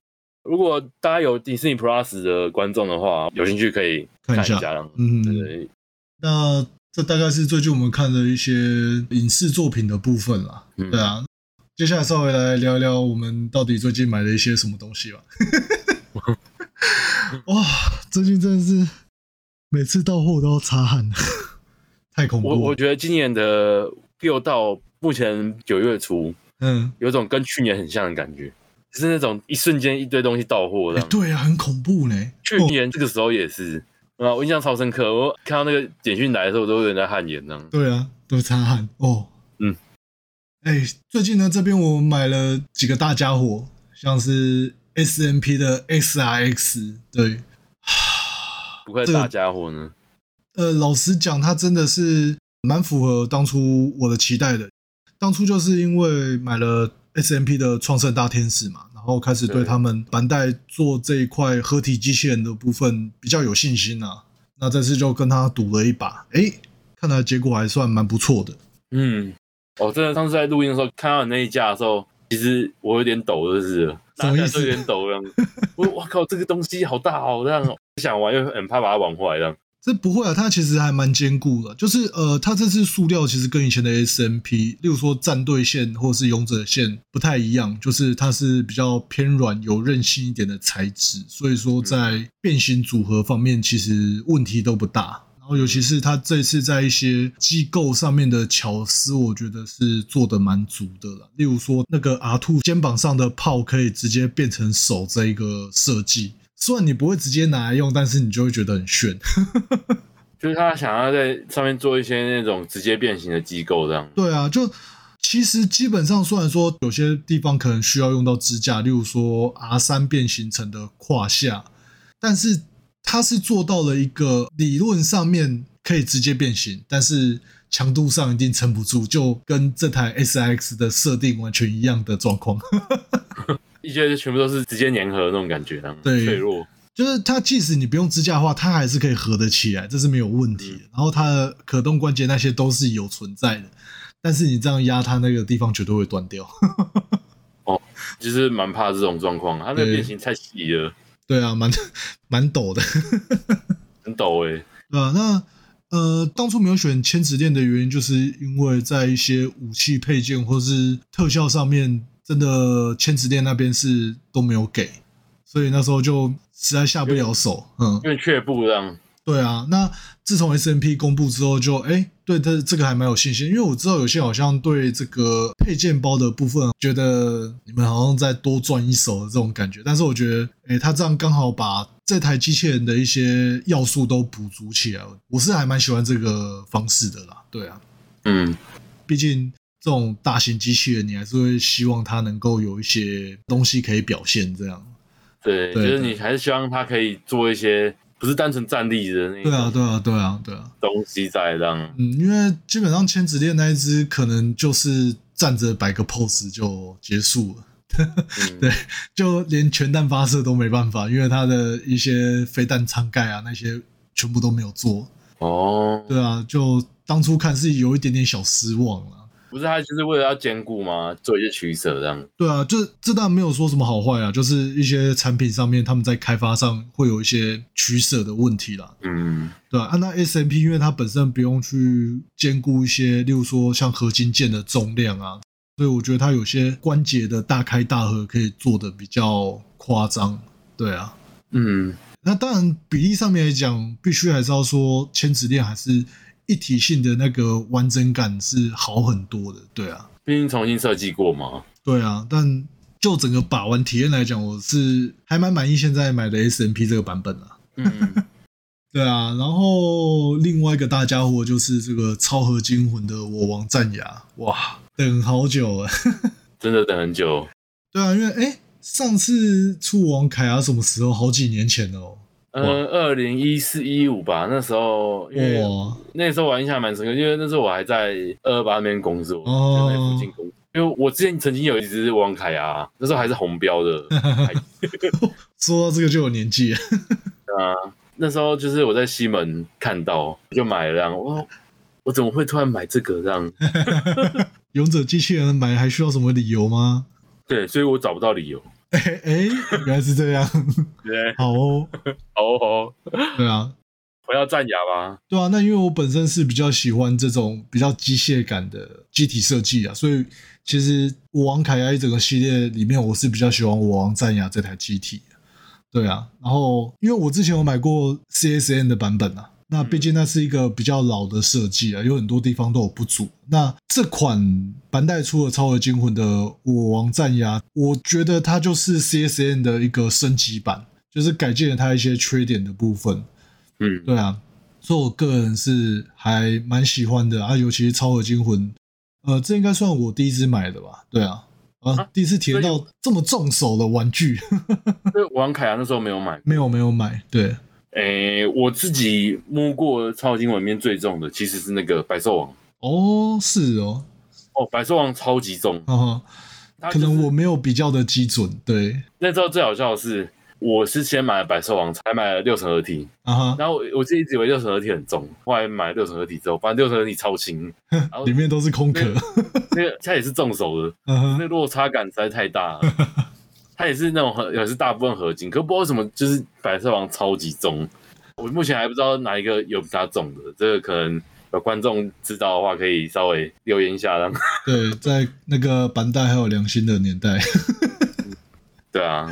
Speaker 2: 如果大家有 Disney Plus 的观众的话，有兴趣可以
Speaker 1: 看一
Speaker 2: 一
Speaker 1: 下
Speaker 2: 下啦。
Speaker 1: 嗯，
Speaker 2: 对，
Speaker 1: 那这大概是最近我们看的一些影视作品的部分啦。
Speaker 2: 嗯
Speaker 1: 对啊，接下来稍微来聊聊我们到底最近买了一些什么东西
Speaker 2: *laughs*
Speaker 1: 吧。哇，最近真的是每次到货都要擦汗， *laughs* 太恐
Speaker 2: 我
Speaker 1: 怖
Speaker 2: 我
Speaker 1: 了。
Speaker 2: 觉得今年的六到目前九月初，
Speaker 1: 嗯，
Speaker 2: 有种跟去年很像的感觉，就是那种一瞬间一堆东西到货这
Speaker 1: 哎、
Speaker 2: 样。
Speaker 1: 对啊，很恐怖呢。
Speaker 2: 去年这个时候也是。啊，我印象超深刻。我看到那个简讯来的时候，我都有点在汗颜呢。
Speaker 1: 对啊，都擦汗哦。
Speaker 2: 嗯，
Speaker 1: 哎、最近呢，这边我买了几个大家伙，像是 S M P 的 X R X，对，
Speaker 2: 不愧是大家伙呢，
Speaker 1: 呃，老实讲，它真的是蛮符合当初我的期待的。当初就是因为买了 S M P 的创圣大天使嘛，然后开始对
Speaker 2: 对
Speaker 1: 他们板带做这一块合体机器人的部分比较有信心啊。那这次就跟他赌了一把，诶，看来结果还算蛮不错的。
Speaker 2: 嗯，我、真的上次在录音的时候看到你那一架的时候，其实我有点抖，就是了
Speaker 1: 什么意
Speaker 2: 拿
Speaker 1: 思
Speaker 2: 起来就有点抖这样。我我靠，这个东西好大好这样哦，不想玩又很怕把它玩坏这样。
Speaker 1: 这不会啊，它其实还蛮坚固的。就是呃，它这次塑料其实跟以前的 SMP，例如说战队线或是勇者线不太一样，就是它是比较偏软、有韧性一点的材质，所以说在变形组合方面其实问题都不大。然后尤其是它这次在一些机构上面的巧思，我觉得是做的蛮足的了。例如说那个 R two 肩膀上的炮可以直接变成手这一个设计。虽然你不会直接拿来用，但是你就会觉得很炫。
Speaker 2: 就是他想要在上面做一些那种直接变形的机构这样。
Speaker 1: 对啊，就其实基本上，虽然说有些地方可能需要用到支架，例如说 R 三变形成的胯下，但是它是做到了一个理论上面可以直接变形，但是强度上一定撑不住，就跟这台 SX 的设定完全一样的状况。 *laughs*
Speaker 2: 一些全部都是直接粘合的那种感觉，这样
Speaker 1: 对
Speaker 2: 脆弱。
Speaker 1: 就是它，即使你不用支架的话，它还是可以合得起来，这是没有问题的。然后它的可动关节那些都是有存在的，但是你这样压它那个地方绝对会断掉。
Speaker 2: 就是蛮怕这种状况。它那个
Speaker 1: 对
Speaker 2: 变形太细了，
Speaker 1: 对啊，蛮蛮陡的， *laughs*
Speaker 2: 很陡哎、欸。
Speaker 1: 对啊，那呃，当初没有选千纸链的原因，就是因为在一些武器配件或是特效上面，真的千纸链那边是都没有给，所以那时候就实在下不了手。嗯，
Speaker 2: 因为却步这样，
Speaker 1: 对啊。那自从 S M P 公布之后就，哎，对这这个还蛮有信心，因为我知道有些好像对这个配件包的部分，觉得你们好像再多赚一手的这种感觉。但是我觉得，哎，他这样刚好把这台机器人的一些要素都补足起来，我是还蛮喜欢这个方式的啦。对啊，
Speaker 2: 嗯，
Speaker 1: 毕竟这种大型机器人，你还是会希望它能够有一些东西可以表现这样。
Speaker 2: 对，
Speaker 1: 对
Speaker 2: 就是你还是希望它可以做一些不是单纯站立的那
Speaker 1: 对啊，
Speaker 2: 种
Speaker 1: 对啊，对啊，对啊。
Speaker 2: 东西在这样，
Speaker 1: 嗯，因为基本上千纸链那一只可能就是站着摆个 pose 就结束了，
Speaker 2: 嗯，
Speaker 1: 对就连全弹发射都没办法，因为它的一些飞弹舱盖啊那些全部都没有做。
Speaker 2: 哦，
Speaker 1: 对啊，就当初看是有一点点小失望啊了。
Speaker 2: 不是它就是为了要兼顾吗？做一些取舍这样，
Speaker 1: 对啊，这这当然没有说什么好坏啊，就是一些产品上面他们在开发上会有一些取舍的问题啦。
Speaker 2: 嗯，
Speaker 1: 对啊，啊那 S M P 因为它本身不用去兼顾一些，例如说像合金件的重量啊，所以我觉得它有些关节的大开大合可以做的比较夸张。对啊，
Speaker 2: 嗯，
Speaker 1: 那当然比例上面来讲，必须还是要说千纸链还是一体性的那个完整感是好很多的。对啊，
Speaker 2: 毕竟重新设计过嘛，
Speaker 1: 对啊，但就整个把玩体验来讲，我是还蛮满意现在买的 S M P 这个版本啊。
Speaker 2: 嗯，
Speaker 1: 对啊，然后另外一个大家伙就是这个超合金魂的我王战牙，哇，等好久了。 *laughs*
Speaker 2: 真的等很久，
Speaker 1: 对啊，因为哎，上次出王凯啊什么时候？好几年前了哦。
Speaker 2: 呃，二零一四一五吧，那时候因为
Speaker 1: 哇，
Speaker 2: 那时候我印象蛮深刻，因为那时候我还在二二八那边工作，
Speaker 1: 哦
Speaker 2: 就在附近工作。因为我之前曾经有一只王凯啊，那时候还是红标的，还
Speaker 1: 说到这个就有年纪了。 *laughs*
Speaker 2: 那时候就是我在西门看到就买了这样，我我怎么会突然买这个这样？
Speaker 1: 勇者机器人买还需要什么理由吗？ *laughs*
Speaker 2: 对，所以我找不到理由。
Speaker 1: 哎哎，原来是这样。 *laughs*
Speaker 2: 对，
Speaker 1: 好哦，
Speaker 2: 哦哦，
Speaker 1: 对啊，
Speaker 2: 我要战牙吧。
Speaker 1: 对啊，那因为我本身是比较喜欢这种比较机械感的机体设计啊，所以其实我王凯亚一整个系列里面，我是比较喜欢我王战牙这台机体的。对啊，然后因为我之前有买过 CSN 的版本啊，那毕竟那是一个比较老的设计啊，有很多地方都有不足。那这款白带出的《超合惊魂》的我王战牙，我觉得它就是 CSN 的一个升级版，就是改进了它一些缺点的部分。
Speaker 2: 嗯，
Speaker 1: 对啊，所以我个人是还蛮喜欢的啊，尤其是《超合金魂》，呃，这应该算我第一只买的吧？对啊，啊，
Speaker 2: 啊
Speaker 1: 第一次体验到这么重手的玩具， *laughs*
Speaker 2: 所以王凯啊那时候没有买。
Speaker 1: 没有没有买，对，
Speaker 2: 诶、我自己摸过超级英文里面最重的其实是那个百兽王。
Speaker 1: 哦，是哦，啊
Speaker 2: 哦，百兽王超级重，
Speaker 1: 哈、哈，
Speaker 2: 它
Speaker 1: 可
Speaker 2: 就是
Speaker 1: 能我没有比较的基准，对，
Speaker 2: 那时候最好笑的是，我是先买了百兽王，才买了六神合体。
Speaker 1: 啊哈，
Speaker 2: 然后我我自己一直以为六神合体很重，后来买了六神合体之后，发现六神合体超轻，然后
Speaker 1: 里面都是空壳
Speaker 2: 对。那个它也是重手的，
Speaker 1: 嗯
Speaker 2: 那
Speaker 1: 哼，
Speaker 2: 落差感实在
Speaker 1: *laughs*
Speaker 2: 太大了。它也是那种很也是大部分合金，可不知道为什么就是百色王超级重，我目前还不知道哪一个有比它重的，这个可能有观众知道的话，可以稍微留言一下，让
Speaker 1: 对，在那个板带还有良心的年代， *laughs*
Speaker 2: 对啊。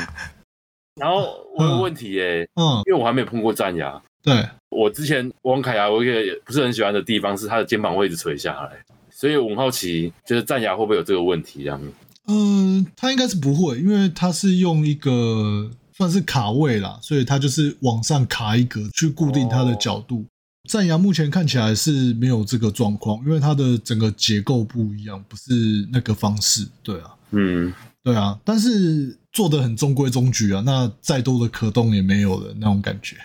Speaker 2: 然后我有问题耶、
Speaker 1: 嗯，
Speaker 2: 因为我还没有碰过战牙，
Speaker 1: 对，
Speaker 2: 我之前王凯啊牙我一个不是很喜欢的地方是他的肩膀会一直垂下来，所以我很好奇，就是战牙会不会有这个问题这样？
Speaker 1: 嗯，它应该是不会，因为它是用一个算是卡位啦，所以它就是往上卡一格去固定它的角度。战牙目前看起来是没有这个状况，因为它的整个结构不一样，不是那个方式。对啊，
Speaker 2: 嗯，
Speaker 1: 对啊，但是做的很中规中矩啊，那再多的可动也没有了那种感觉。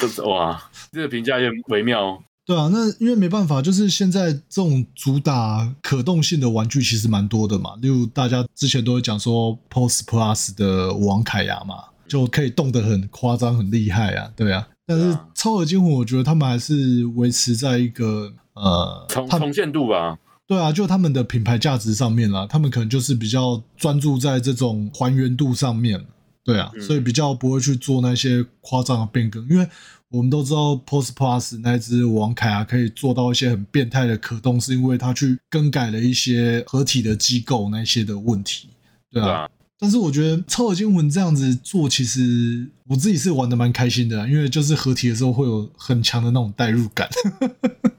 Speaker 2: 这是哇，这个评价有点微妙。
Speaker 1: 对啊，那因为没办法，就是现在这种主打可动性的玩具其实蛮多的嘛，例如大家之前都会讲说 POS Plus 的王凯牙嘛，就可以动得很夸张、很厉害啊，对啊。但
Speaker 2: 对
Speaker 1: 是
Speaker 2: 啊
Speaker 1: 超额惊魂，我觉得他们还是维持在一个呃，
Speaker 2: 重
Speaker 1: 他
Speaker 2: 重现度吧，
Speaker 1: 对啊，就他们的品牌价值上面啦，他们可能就是比较专注在这种还原度上面，对啊，
Speaker 2: 嗯
Speaker 1: 所以比较不会去做那些夸张的变更，因为我们都知道 Post Plus 那只王凯啊，可以做到一些很变态的可动，是因为它去更改了一些合体的机构那些的问题，对
Speaker 2: 对
Speaker 1: 啊。
Speaker 2: 吧、
Speaker 1: 但是我觉得超合金魂这样子做，其实我自己是玩的蛮开心的啊、因为就是合体的时候会有很强的那种代入感。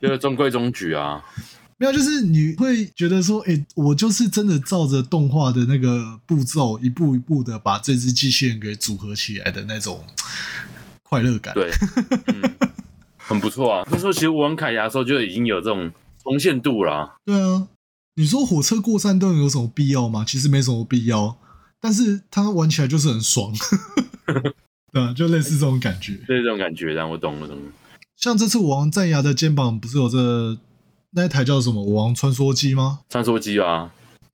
Speaker 2: 就是中规中
Speaker 1: *laughs*
Speaker 2: 矩啊。
Speaker 1: 没有，就是你会觉得说，哎、我就是真的照着动画的那个步骤，一步一步的把这只机器人给组合起来的那种快乐感。
Speaker 2: 对嗯，很不错啊。那时候其实我玩凯牙的时候就已经有这种重现度啦。
Speaker 1: 对啊，你说火车过山洞有什么必要吗？其实没什么必要，但是它玩起来就是很爽。 *laughs* 对啊，就类似这种感觉。
Speaker 2: 就是这种感觉，让我懂，我懂。
Speaker 1: 像这次我王战牙的肩膀不是有这那一台叫什么我王穿梭机吗？
Speaker 2: 穿梭机啊，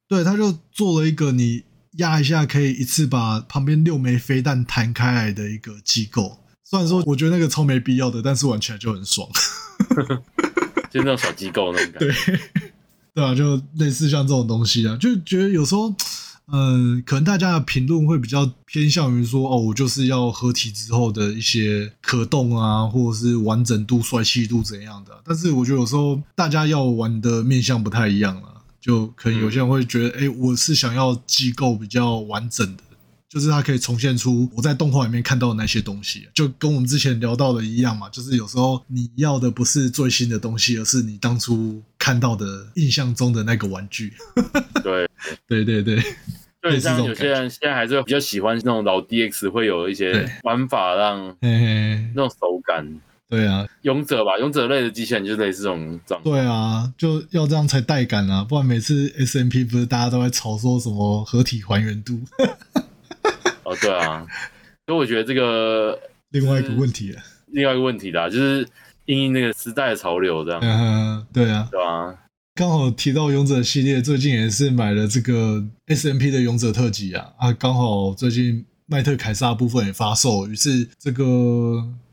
Speaker 1: 对，他就做了一个你压一下可以一次把旁边六枚飞弹弹开来的一个机构。虽然说我觉得那个超没必要的，但是玩起来就很爽。 *laughs*
Speaker 2: 就是那种小机构那种感觉。
Speaker 1: 对，对啊，就类似像这种东西啊，就觉得有时候，呃，可能大家的评论会比较偏向于说，哦，我就是要合体之后的一些可动啊，或者是完整度、帅气度怎样的啊。但是我觉得有时候大家要玩的面向不太一样了，就可能有些人会觉得，哎、我是想要机构比较完整的。就是它可以重现出我在动画里面看到的那些东西，就跟我们之前聊到的一样嘛。就是有时候你要的不是最新的东西，而是你当初看到的印象中的那个玩具。
Speaker 2: 对，
Speaker 1: 对对对，
Speaker 2: 对，
Speaker 1: 类似这
Speaker 2: 像
Speaker 1: 种
Speaker 2: 有些人现在还是会比较喜欢那种老 DX，会有一些
Speaker 1: 对
Speaker 2: 玩法让
Speaker 1: 嘿嘿，
Speaker 2: 那种手感。
Speaker 1: 对啊，
Speaker 2: 勇者吧，勇者类的机器人就是类似这种状况。
Speaker 1: 对啊，就要这样才带感啊，不然每次 S M P 不是大家都在吵说什么合体还原度，
Speaker 2: 哦，对啊。所以我觉得这个
Speaker 1: 另外一个问题啊了。
Speaker 2: 另外一个问题啦，就是因应那个时代的潮流这样，
Speaker 1: 嗯，对啊，
Speaker 2: 对吧、
Speaker 1: 刚好提到勇者系列，最近也是买了这个 S M P 的勇者特辑啊啊，刚好最近麦特凯撒部分也发售，于是这个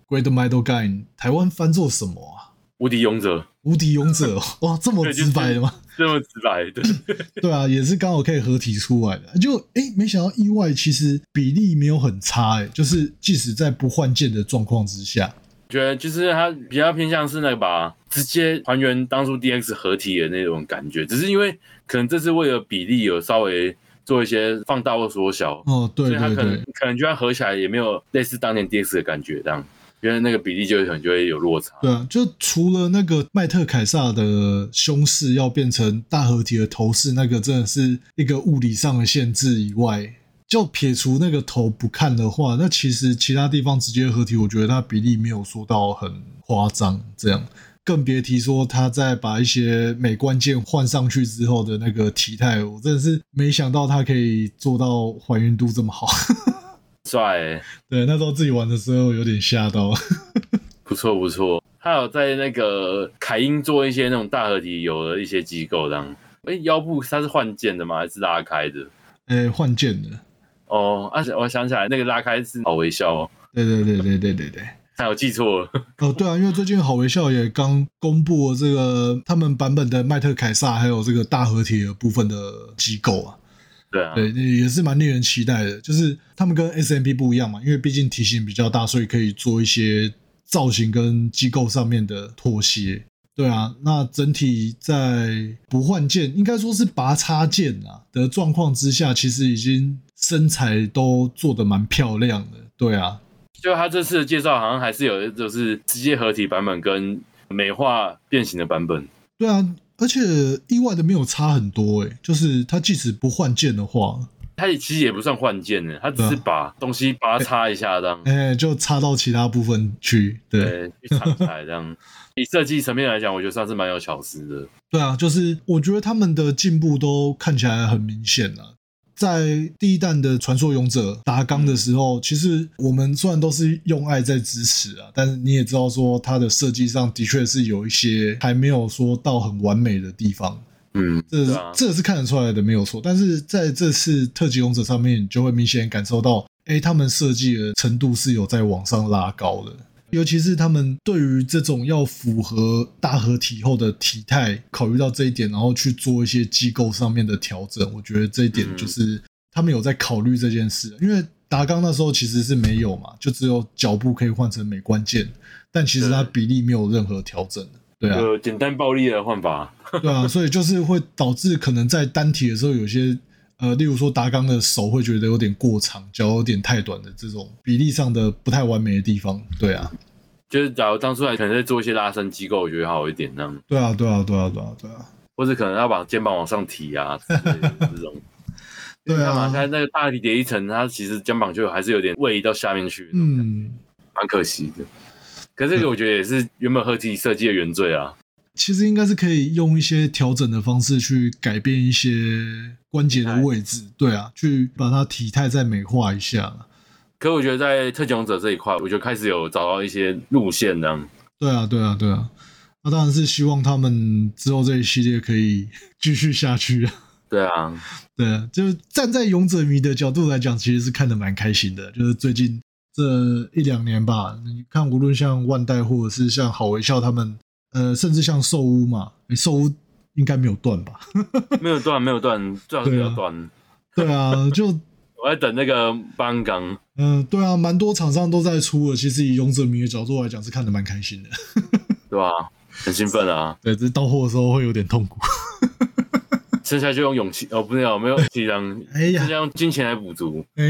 Speaker 1: Great m i d o Gain 台湾翻做什么啊？
Speaker 2: 无敌勇者
Speaker 1: 无敌勇者哦哇，这么
Speaker 2: 对就
Speaker 1: 直
Speaker 2: 是
Speaker 1: 白的吗？
Speaker 2: 这么直白，对，
Speaker 1: *laughs* 对啊，也是刚好可以合体出来的。就诶，没想到意外其实比例没有很差诶，就是即使在不换件的状况之下，
Speaker 2: 觉得就是它比较偏向是那个吧，直接还原当初 DX 合体的那种感觉，只是因为可能这次为了比例有稍微做一些放大或缩小，
Speaker 1: 哦，对
Speaker 2: 所以它
Speaker 1: 对
Speaker 2: 可能
Speaker 1: 对，
Speaker 2: 可能就算合起来也没有类似当年 DX 的感觉这样，因为那个比例就可能就会有落差。
Speaker 1: 对啊，就除了那个麦特凯撒的胸饰要变成大合体的头饰，那个真的是一个物理上的限制以外。就撇除那个头不看的话，那其实其他地方直接合体，我觉得它比例没有说到很夸张，这样更别提说他在把一些美观键换上去之后的那个体态，我真的是没想到他可以做到还原度这么好。 *laughs*
Speaker 2: 帅、欸，
Speaker 1: 对，那时候自己玩的时候有点吓到。 *laughs*
Speaker 2: 不错不错。还有在那个凯英做一些那种大合体，有了一些机构这样。哎、腰部它是换件的吗？还是拉开的？
Speaker 1: 诶、换件的，
Speaker 2: 哦，而、且我想起来那个拉开是好微笑哦，
Speaker 1: 对对对对对对对。
Speaker 2: 还有记错了，
Speaker 1: 哦，对啊，因为最近好微笑也刚公布了这个他们版本的麦特凯撒，还有这个大合体的部分的机构啊，
Speaker 2: 对啊，
Speaker 1: 对，那也是蛮令人期待的。就是他们跟 S M P 不一样嘛，因为毕竟体型比较大，所以可以做一些造型跟机构上面的妥协。对啊，那整体在不换件，应该说是拔插件啊的状况之下，其实已经身材都做得蛮漂亮的。对啊，
Speaker 2: 就他这次的介绍好像还是有就是直接合体版本跟美化变形的版本，
Speaker 1: 对啊，而且意外的没有差很多诶、就是他即使不换件的话，
Speaker 2: 它也其实也不算换件呢，它只是
Speaker 1: 对啊
Speaker 2: 把东西把它擦一下这样，
Speaker 1: 哎、就插到其他部分去。对，
Speaker 2: 对，去藏起来这样。以设计层面来讲，我觉得算是蛮有巧思的。
Speaker 1: 对啊，就是我觉得他们的进步都看起来很明显了。在第一弹的传说勇者达纲的时候，其实我们虽然都是用爱在支持啊，但是你也知道说它的设计上的确是有一些还没有说到很完美的地方，
Speaker 2: 嗯，
Speaker 1: 这
Speaker 2: 对
Speaker 1: 是、
Speaker 2: 啊
Speaker 1: 这是看得出来的，没有错。但是在这次特级勇者上面，你就会明显感受到，哎，他们设计的程度是有在往上拉高的。尤其是他们对于这种要符合大合体后的体态，考虑到这一点，然后去做一些机构上面的调整，我觉得这一点
Speaker 2: 嗯
Speaker 1: 就是他们有在考虑这件事。因为达纲那时候其实是没有嘛，就只有脚步可以换成美关键，但其实它比例没有任何调整的。对啊，
Speaker 2: 就简单暴力的换法，
Speaker 1: *laughs* 对啊，所以就是会导致可能在单体的时候，有些呃，例如说达纲的手会觉得有点过长，脚有点太短的这种比例上的不太完美的地方。对啊，
Speaker 2: 就是假如当初还可能在做一些拉伸机构，我觉得好一点那样，
Speaker 1: 对啊，对啊，对啊，对啊，对啊，
Speaker 2: 或者可能要把肩膀往上提啊之类
Speaker 1: *laughs*
Speaker 2: 的这种。
Speaker 1: 对
Speaker 2: 你看嘛
Speaker 1: 啊
Speaker 2: 现，在那个大体叠一层，它其实肩膀就还是有点位移到下面去，嗯，
Speaker 1: 嗯，
Speaker 2: 蛮可惜的。可是这个我觉得也是原本合体设计的原罪啊，
Speaker 1: 其实应该是可以用一些调整的方式去改变一些关节的位置，对啊，去把它体态再美化一下。
Speaker 2: 可我觉得在特种者这一块，我就开始有找到一些路线呢。
Speaker 1: 对啊，对啊，对啊。那、当然是希望他们之后这一系列可以 *laughs* 继续下去啊。
Speaker 2: 对啊，
Speaker 1: 对，就是站在勇者迷的角度来讲，其实是看得蛮开心的。就是最近这一两年吧，你看，无论像万代或者是像好微笑他们，呃，甚至像兽屋嘛，诶兽屋应该没有断吧？
Speaker 2: 没有断，没有断，最好是不要断。
Speaker 1: 对啊，就
Speaker 2: 我在等那个班岗，
Speaker 1: 嗯、对啊，蛮多厂商都在出了。其实以勇者迷的角度来讲，是看得蛮开心的。
Speaker 2: 对吧、很兴奋啊，
Speaker 1: 对，只是到货的时候会有点痛苦。
Speaker 2: 剩下就用勇气哦，不是有没有勇气让，
Speaker 1: *laughs* 哎呀
Speaker 2: 剩下用金钱来补足。
Speaker 1: 哎、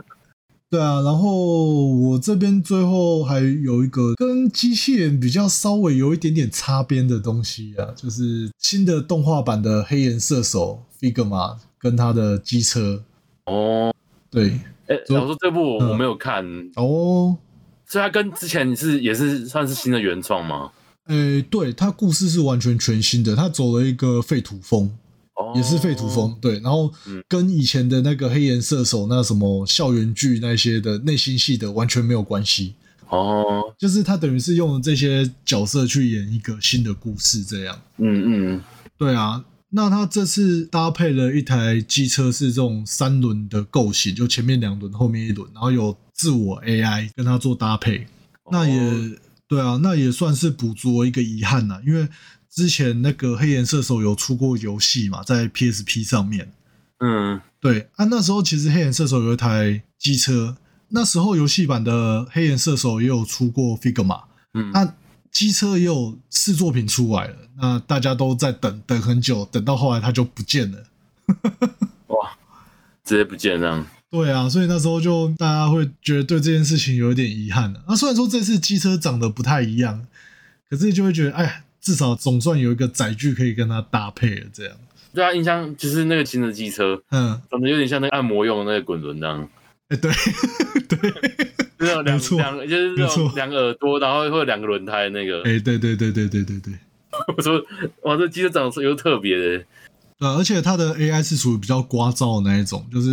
Speaker 1: *laughs* 对啊，然后我这边最后还有一个跟机器人比较稍微有一点点擦边的东西啊，就是新的动画版的黑岩射手 Figma 跟他的机车，
Speaker 2: 哦，
Speaker 1: 对，
Speaker 2: 哎、
Speaker 1: 昨
Speaker 2: 老实说这部我
Speaker 1: 嗯
Speaker 2: 我没有看，
Speaker 1: 哦，
Speaker 2: 所以它跟之前是也是算是新的原创吗？
Speaker 1: 诶、哎对，他故事是完全全新的，他走了一个废土风，
Speaker 2: 哦，
Speaker 1: 也是废土风，对，然后跟以前的那个黑岩射手那什么校园剧那些的内心戏的完全没有关系，
Speaker 2: 哦，
Speaker 1: 就是他等于是用这些角色去演一个新的故事，这样。
Speaker 2: 嗯嗯，
Speaker 1: 对啊，那他这次搭配了一台机车是这种三轮的构型，就前面两轮，后面一轮，然后有自我 AI 跟它做搭配，那也、
Speaker 2: 哦
Speaker 1: 对啊，那也算是补足了一个遗憾啊呐、因为之前那个黑岩射手有出过游戏嘛，在 PSP 上面。
Speaker 2: 嗯，
Speaker 1: 对啊，那时候其实黑岩射手有一台机车，那时候游戏版的黑岩射手也有出过 Figma，
Speaker 2: 嗯
Speaker 1: 那机车也有试作品出来了，那大家都在等等很久，等到后来它就不见了。
Speaker 2: 直接不见这样。
Speaker 1: 对啊，所以那时候就大家会觉得对这件事情有一点遗憾了、啊那虽然说这次机车长得不太一样，可是就会觉得，哎，至少总算有一个载具可以跟它搭配了。这样，
Speaker 2: 对啊，印象就是那个新的机车，
Speaker 1: 嗯，
Speaker 2: 长得有点像那个按摩用的那个滚轮这样。
Speaker 1: 哎、对，对，
Speaker 2: 那种两
Speaker 1: 没错
Speaker 2: 两就是那
Speaker 1: 没
Speaker 2: 种
Speaker 1: 错
Speaker 2: 两个耳朵，然后会有两个轮胎那个。
Speaker 1: 哎、对对对对对对对。
Speaker 2: 我说哇，这机车长得又特别的，
Speaker 1: 对啊，而且它的 AI 是属于比较聒噪的那一种，就是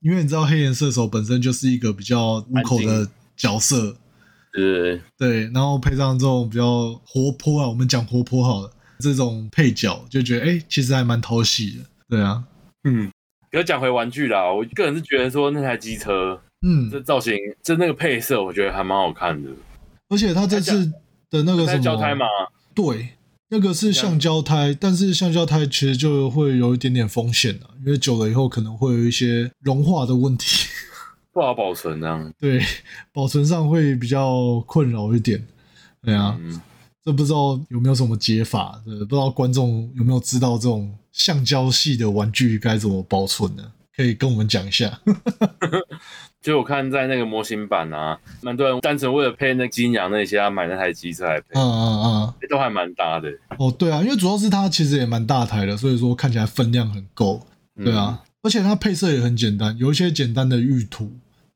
Speaker 1: 因为你知道黑岩射手本身就是一个比较五口
Speaker 2: 安
Speaker 1: 的角色，
Speaker 2: 对
Speaker 1: 对，然后配上这种比较活泼啊，我们讲活泼好了，这种配角就觉得哎、诶其实还蛮讨喜的，对啊，
Speaker 2: 嗯，可讲回玩具啦，我个人是觉得说那台机车
Speaker 1: 嗯
Speaker 2: 这，造型，这那个配色，我觉得还蛮好看的。
Speaker 1: 而且它这次的那个什
Speaker 2: 在
Speaker 1: 么
Speaker 2: 胶胎嘛，
Speaker 1: 对，那个是橡胶胎，但是橡胶胎其实就会有一点点风险啊，因为久了以后可能会有一些融化的问题， *laughs*
Speaker 2: 不好保存这样。
Speaker 1: 对，保存上会比较困扰一点。对啊，
Speaker 2: 嗯，
Speaker 1: 这不知道有没有什么解法，对不知道观众有没有知道这种橡胶系的玩具该怎么保存呢？可以跟我们讲一下。
Speaker 2: 就我看在那个模型版啊，蛮多人单纯为了配那金羊那些，他买那台机车来配，欸
Speaker 1: 嗯嗯
Speaker 2: 都还蛮搭的。
Speaker 1: 嗯，哦，对啊，因为主要是它其实也蛮大台的，所以说看起来分量很够。
Speaker 2: 嗯
Speaker 1: 对啊，，而且它配色也很简单，有一些简单的玉图，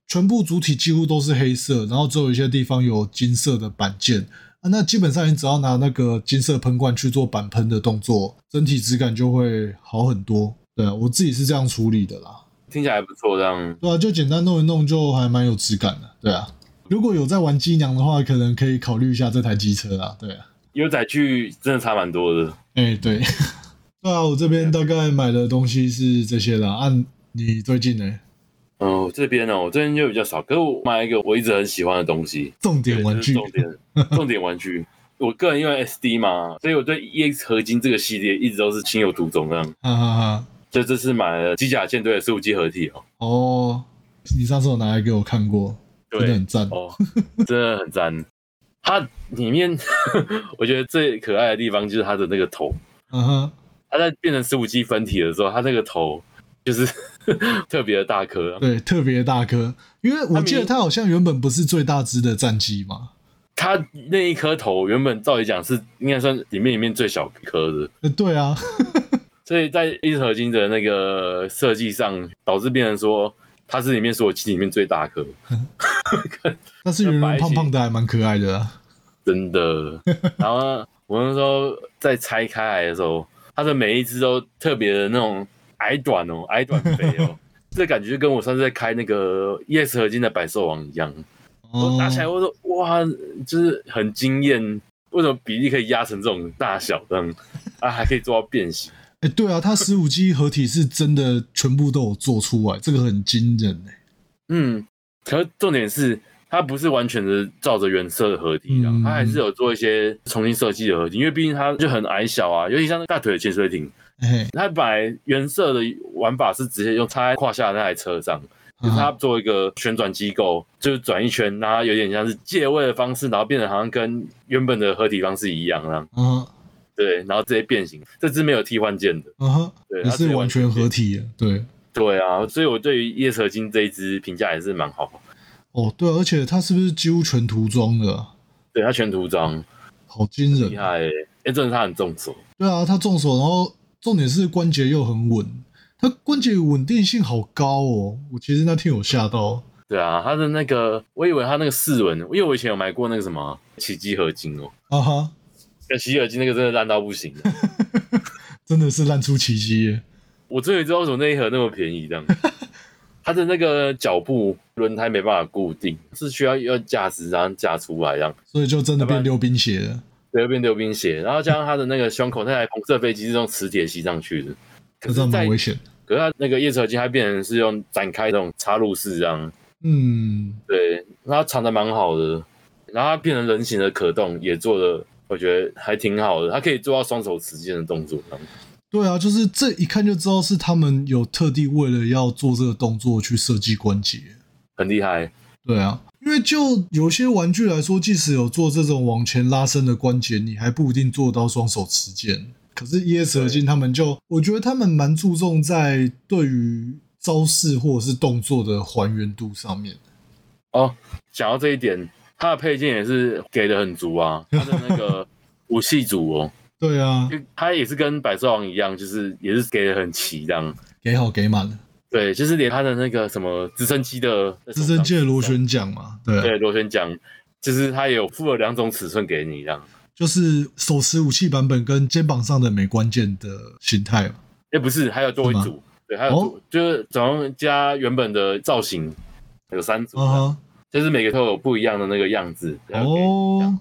Speaker 1: 全部主体几乎都是黑色，然后只有一些地方有金色的板件。啊，那基本上你只要拿那个金色喷罐去做板喷的动作，整体质感就会好很多。对啊，我自己是这样处理的啦。
Speaker 2: 听起来还不错这样。
Speaker 1: 对啊，就简单弄一弄，就还蛮有质感的。对啊，如果有在玩机娘的话，可能可以考虑一下这台机车啊。对啊，
Speaker 2: 有载具真的差蛮多的。
Speaker 1: 哎、对， *laughs* 对啊，我这边大概买的东西是这些啦。按、你最近呢？
Speaker 2: 嗯，我这边呢、我这边就比较少，可是我买一个我一直很喜欢的东西，
Speaker 1: 重点玩具
Speaker 2: 对这是重点重点玩具。我个人因为 SD 嘛，所以我对 EX 合金这个系列一直都是情有独钟这样。
Speaker 1: *laughs* 哈哈哈。
Speaker 2: 就这次买了机甲舰队的十五机合体哦，
Speaker 1: 哦，你上次有拿来给我看过，真的
Speaker 2: 对
Speaker 1: 很，赞。
Speaker 2: 哦，真的很赞。它里面 *laughs* 我觉得最可爱的地方就是它的那个头，
Speaker 1: 嗯哼，
Speaker 2: 它在变成十五 G 分体的时候，它那个头就是 *laughs* 特别的大颗，
Speaker 1: 对，特别大颗，因为我记得它好像原本不是最大只的战机嘛。
Speaker 2: 它那一颗头原本照理讲是应该算里面里面最小颗的，
Speaker 1: 呃对啊，
Speaker 2: 所以在一合金的那个设计上，导致变成说它是里面所有机里面最大颗，
Speaker 1: 但是圆
Speaker 2: 白
Speaker 1: 圆
Speaker 2: 棋
Speaker 1: 胖胖的，还蛮可爱的啊。
Speaker 2: 真的。然后呢我那时候在拆开来的时候，它的每一只都特别的那种矮短哦，矮短肥哦，这感觉就跟我上次在开那个 ES 合金的百兽王一样。
Speaker 1: 哦
Speaker 2: 我，打起来，我说哇，就是很惊艳，为什么比例可以压成这种大小这样啊？还可以做到变形，
Speaker 1: 哎、对啊，它十五 G 合体是真的全部都有做出来，这个很惊人哎、
Speaker 2: 嗯。可是重点是，它不是完全的照着原色的合体的，
Speaker 1: 嗯
Speaker 2: 它还是有做一些重新设计的合体，因为毕竟它就很矮小啊，尤其像那个大腿的潜水艇，
Speaker 1: 哎、
Speaker 2: 它本来原色的玩法是直接用插在胯下的那台车上，就是它
Speaker 1: 啊
Speaker 2: 做一个旋转机构，就是转一圈，让它有点像是借位的方式，然后变得好像跟原本的合体方式一样那样。
Speaker 1: 嗯
Speaker 2: 对，然后直接变形。这只没有替换键的，
Speaker 1: 嗯哼，
Speaker 2: 对，
Speaker 1: 也
Speaker 2: 它直
Speaker 1: 是
Speaker 2: 接
Speaker 1: 完全合。体的，对。
Speaker 2: 对啊，所以我对于夜蛇精这一只评价也是蛮好。
Speaker 1: 哦，对、啊，而且它是不是几乎全涂装的啊、
Speaker 2: 对它全涂装，
Speaker 1: 好惊人
Speaker 2: 厉
Speaker 1: 啊！
Speaker 2: 害、欸！哎、真的它很重手，
Speaker 1: 对啊，他重手，然后重点是关节又很稳，他关节稳定性好高哦。我其实那天有吓到，
Speaker 2: 对啊，它的那个，我以为它那个四轮，因为我以前有买过那个什么奇迹合金哦，
Speaker 1: 啊哈，
Speaker 2: 那奇迹合金那个真的烂到不行。
Speaker 1: 真的是烂出奇迹耶。
Speaker 2: 我终于知道为什么那一盒那么便宜，这样。它的那个脚步轮胎没办法固定，是需要要架子然后架出来这样。
Speaker 1: 所以就真的
Speaker 2: 要不
Speaker 1: 变
Speaker 2: 然
Speaker 1: 溜冰鞋了。
Speaker 2: 对，会变溜冰鞋，然后加上它的那个胸口那台红色飞机是用磁铁吸上去的，可
Speaker 1: 这真
Speaker 2: 是
Speaker 1: 的
Speaker 2: 在
Speaker 1: 蛮危险的。
Speaker 2: 可是它那个夜车机它变成是用展开这种插入式这样，
Speaker 1: 嗯，
Speaker 2: 对，那它藏的蛮好的，然后它变成人形的可动也做的，我觉得还挺好的，它可以做到双手持剑的动作这样，
Speaker 1: 对啊，就是这一看就知道是他们有特地为了要做这个动作去设计关节。
Speaker 2: 很厉害。
Speaker 1: 对啊，因为就有些玩具来说，即使有做这种往前拉伸的关节，你还不一定做到双手持剑。可是 ES 合金他们就，我觉得他们蛮注重在对于招式或者是动作的还原度上面。
Speaker 2: 哦讲到这一点，它的配件也是给的很足啊，它的那个 *laughs* 武器组哦，
Speaker 1: 对啊，
Speaker 2: 就它也是跟百兽王一样，就是也是给的很齐这样。
Speaker 1: 给好给满了，
Speaker 2: 对，就是连他的那个什么直升机的
Speaker 1: 资深界螺，旋桨嘛，对啊、
Speaker 2: 对螺旋桨，就是它有附了两种尺寸给你，这样。
Speaker 1: 就是手持武器版本跟肩膀上的每关键的形态嘛。
Speaker 2: 哎，不是，还有多一
Speaker 1: 是哦
Speaker 2: 组，对，还有组，就是总共加原本的造型有三组，
Speaker 1: 啊
Speaker 2: 就是每个都有不一样的那个样子，
Speaker 1: 哈，
Speaker 2: 然后给这样
Speaker 1: 哦，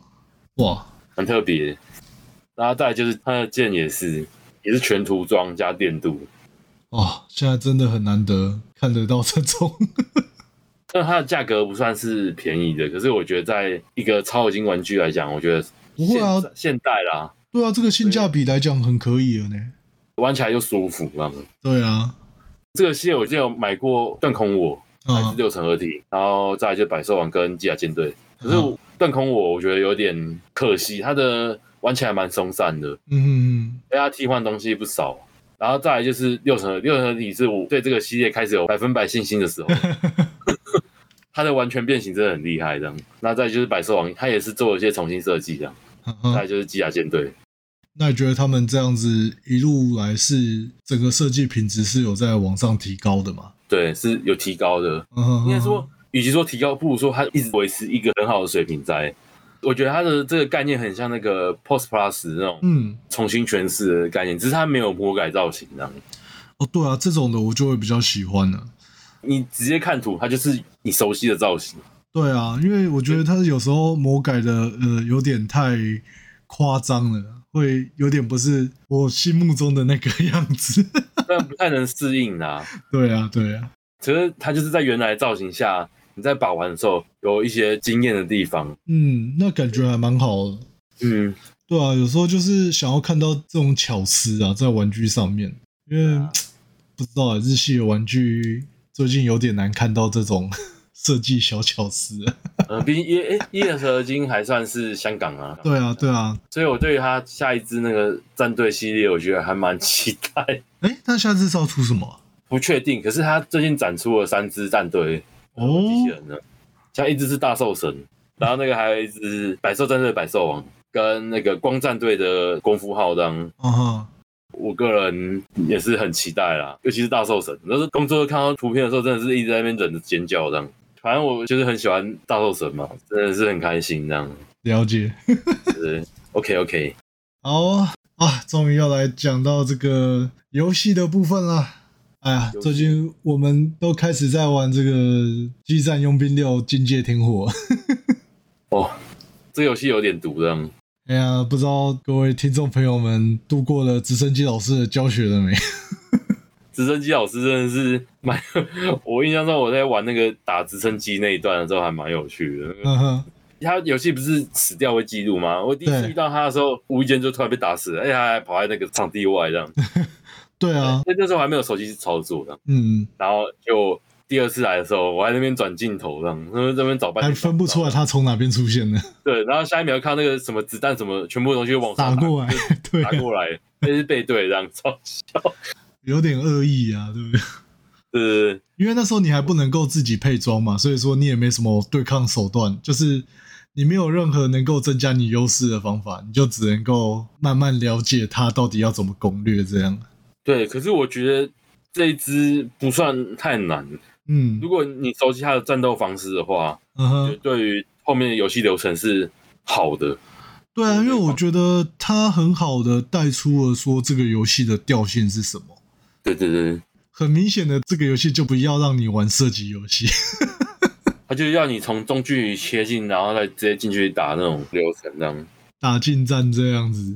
Speaker 1: 哇，
Speaker 2: 很特别。然后再来就是它的剑也是也是全涂装加电镀，
Speaker 1: 哦，现在真的很难得看得到这
Speaker 2: *laughs*
Speaker 1: 种。
Speaker 2: 但它的价格不算是便宜的，可是我觉得在一个超合金玩具来讲，我觉得
Speaker 1: 不会啊
Speaker 2: 现现代啦，
Speaker 1: 对啊，这个性价比来讲很可以了呢。
Speaker 2: 玩起来又舒服，这样子。
Speaker 1: 对啊，
Speaker 2: 这个系列我记得有买过断空我，还
Speaker 1: 啊
Speaker 2: 是，六层合体，然后再来就百兽王跟机甲舰队。可是我断空我，我觉得有点可惜，它的玩起来蛮松散的，
Speaker 1: 嗯，
Speaker 2: 被它替换东西不少。然后再来就是六层合六层合体是我对这个系列开始有百分百信心的时候，它的完全变形真的很厉害，这样。那再来就是百兽王，它也是做了一些重新设计，这样。
Speaker 1: 嗯
Speaker 2: 再
Speaker 1: 嗯
Speaker 2: 来就是机甲舰队，
Speaker 1: 那你觉得他们这样子一路来是整个设计品质是有在往上提高的吗？啊
Speaker 2: 对，是有提高的。
Speaker 1: 应
Speaker 2: 应该说，与其说提高，不如说它一直维持一个很好的水平在。我觉得它的这个概念很像那个 Post Plus 那种
Speaker 1: 嗯，
Speaker 2: 重新诠释的概念，只是它没有魔改造型这样。
Speaker 1: 哦，对啊，这种的我就会比较喜欢了。
Speaker 2: 你直接看图，它就是你熟悉的造型。 *laughs*
Speaker 1: 对啊，因为我觉得他有时候魔改的呃有点太夸张了，会有点不是我心目中的那个 *laughs* 样子。
Speaker 2: 但不太能适应啦、啊。
Speaker 1: 对啊，对啊，
Speaker 2: 可是它就是在原来的造型下，你在把玩的时候有一些惊艳的地方。
Speaker 1: 嗯，那感觉还蛮好的。
Speaker 2: 嗯，
Speaker 1: 对啊，有时候就是想要看到这种巧思啊，在玩具上面，因为、
Speaker 2: 啊
Speaker 1: 不知道啊日系的玩具最近有点难看到这种 *laughs* 设计小巧思了。
Speaker 2: 呃，毕竟耶诶，耶蛇精还算是香港啊。
Speaker 1: 对啊，对啊，
Speaker 2: 所以我对于它下一支那个战队系列，我觉得还蛮期待。
Speaker 1: 哎，那下次是要出什么啊？
Speaker 2: 不确定，可是他最近展出了三支战队
Speaker 1: 哦
Speaker 2: 机器人呢，像一只是大兽神，然后那个还有一只是百兽战队的百兽王，跟那个光战队的功夫号当。
Speaker 1: 啊哈，
Speaker 2: 我个人也是很期待啦，尤其是大兽神，那是工作看到图片的时候，真的是一直在那边忍着尖叫这样。反正我就是很喜欢大兽神嘛，真的是很开心这样。
Speaker 1: 了解。
Speaker 2: 就是 OK OK，
Speaker 1: 好啊，啊终于要来讲到这个游戏的部分啦。哎呀
Speaker 2: 游，戏
Speaker 1: 最近我们都开始在玩这个《激战佣兵六：境界天火》。
Speaker 2: 哦，这个游戏有点毒这样。
Speaker 1: 哎呀，不知道各位听众朋友们度过了直升机老师的教学了没？ *laughs*
Speaker 2: 直升机老师真的是蛮， *laughs* 我印象中我在玩那个打直升机那一段的时候还蛮有趣的。
Speaker 1: 嗯哼，
Speaker 2: 他游戏不是死掉会记录吗？我第一次
Speaker 1: 对
Speaker 2: 遇到他的时候，无意间就突然被打死了，而且他还跑在那个场地外这样。
Speaker 1: 嗯
Speaker 2: 哎
Speaker 1: 对啊，
Speaker 2: 那那时候还没有手机操作的，
Speaker 1: 嗯，
Speaker 2: 然后就第二次来的时候，我还在那边转镜头这样，然后在那边找半
Speaker 1: 还
Speaker 2: 天
Speaker 1: 分不出来。他从哪边出现的，
Speaker 2: *laughs* 对，然后下一秒看到那个什么子弹什么，全部东西就往上
Speaker 1: 打过来
Speaker 2: 就，
Speaker 1: *laughs* 对啊
Speaker 2: 打，过来，那是背对这样，超
Speaker 1: 有点恶意啊，对不 *laughs* 对？
Speaker 2: *laughs* 是
Speaker 1: 因为那时候你还不能够自己配装嘛，所以说你也没什么对抗手段，就是你没有任何能够增加你优势的方法，你就只能够慢慢了解它到底要怎么攻略这样。
Speaker 2: 对。可是我觉得这一支不算太难，
Speaker 1: 嗯
Speaker 2: 如果你熟悉它的战斗方式的话，
Speaker 1: 嗯
Speaker 2: 就
Speaker 1: 哼，
Speaker 2: 对于后面的游戏流程是好的。
Speaker 1: 对啊，因为我觉得它很好的带出了说这个游戏的调性是什么。
Speaker 2: 对对对，
Speaker 1: 很明显的，这个游戏就不要让你玩射击游戏。 *laughs*
Speaker 2: 它就是要你从中距离切进，然后再直接进去打那种流程这样。
Speaker 1: 打近战这样子，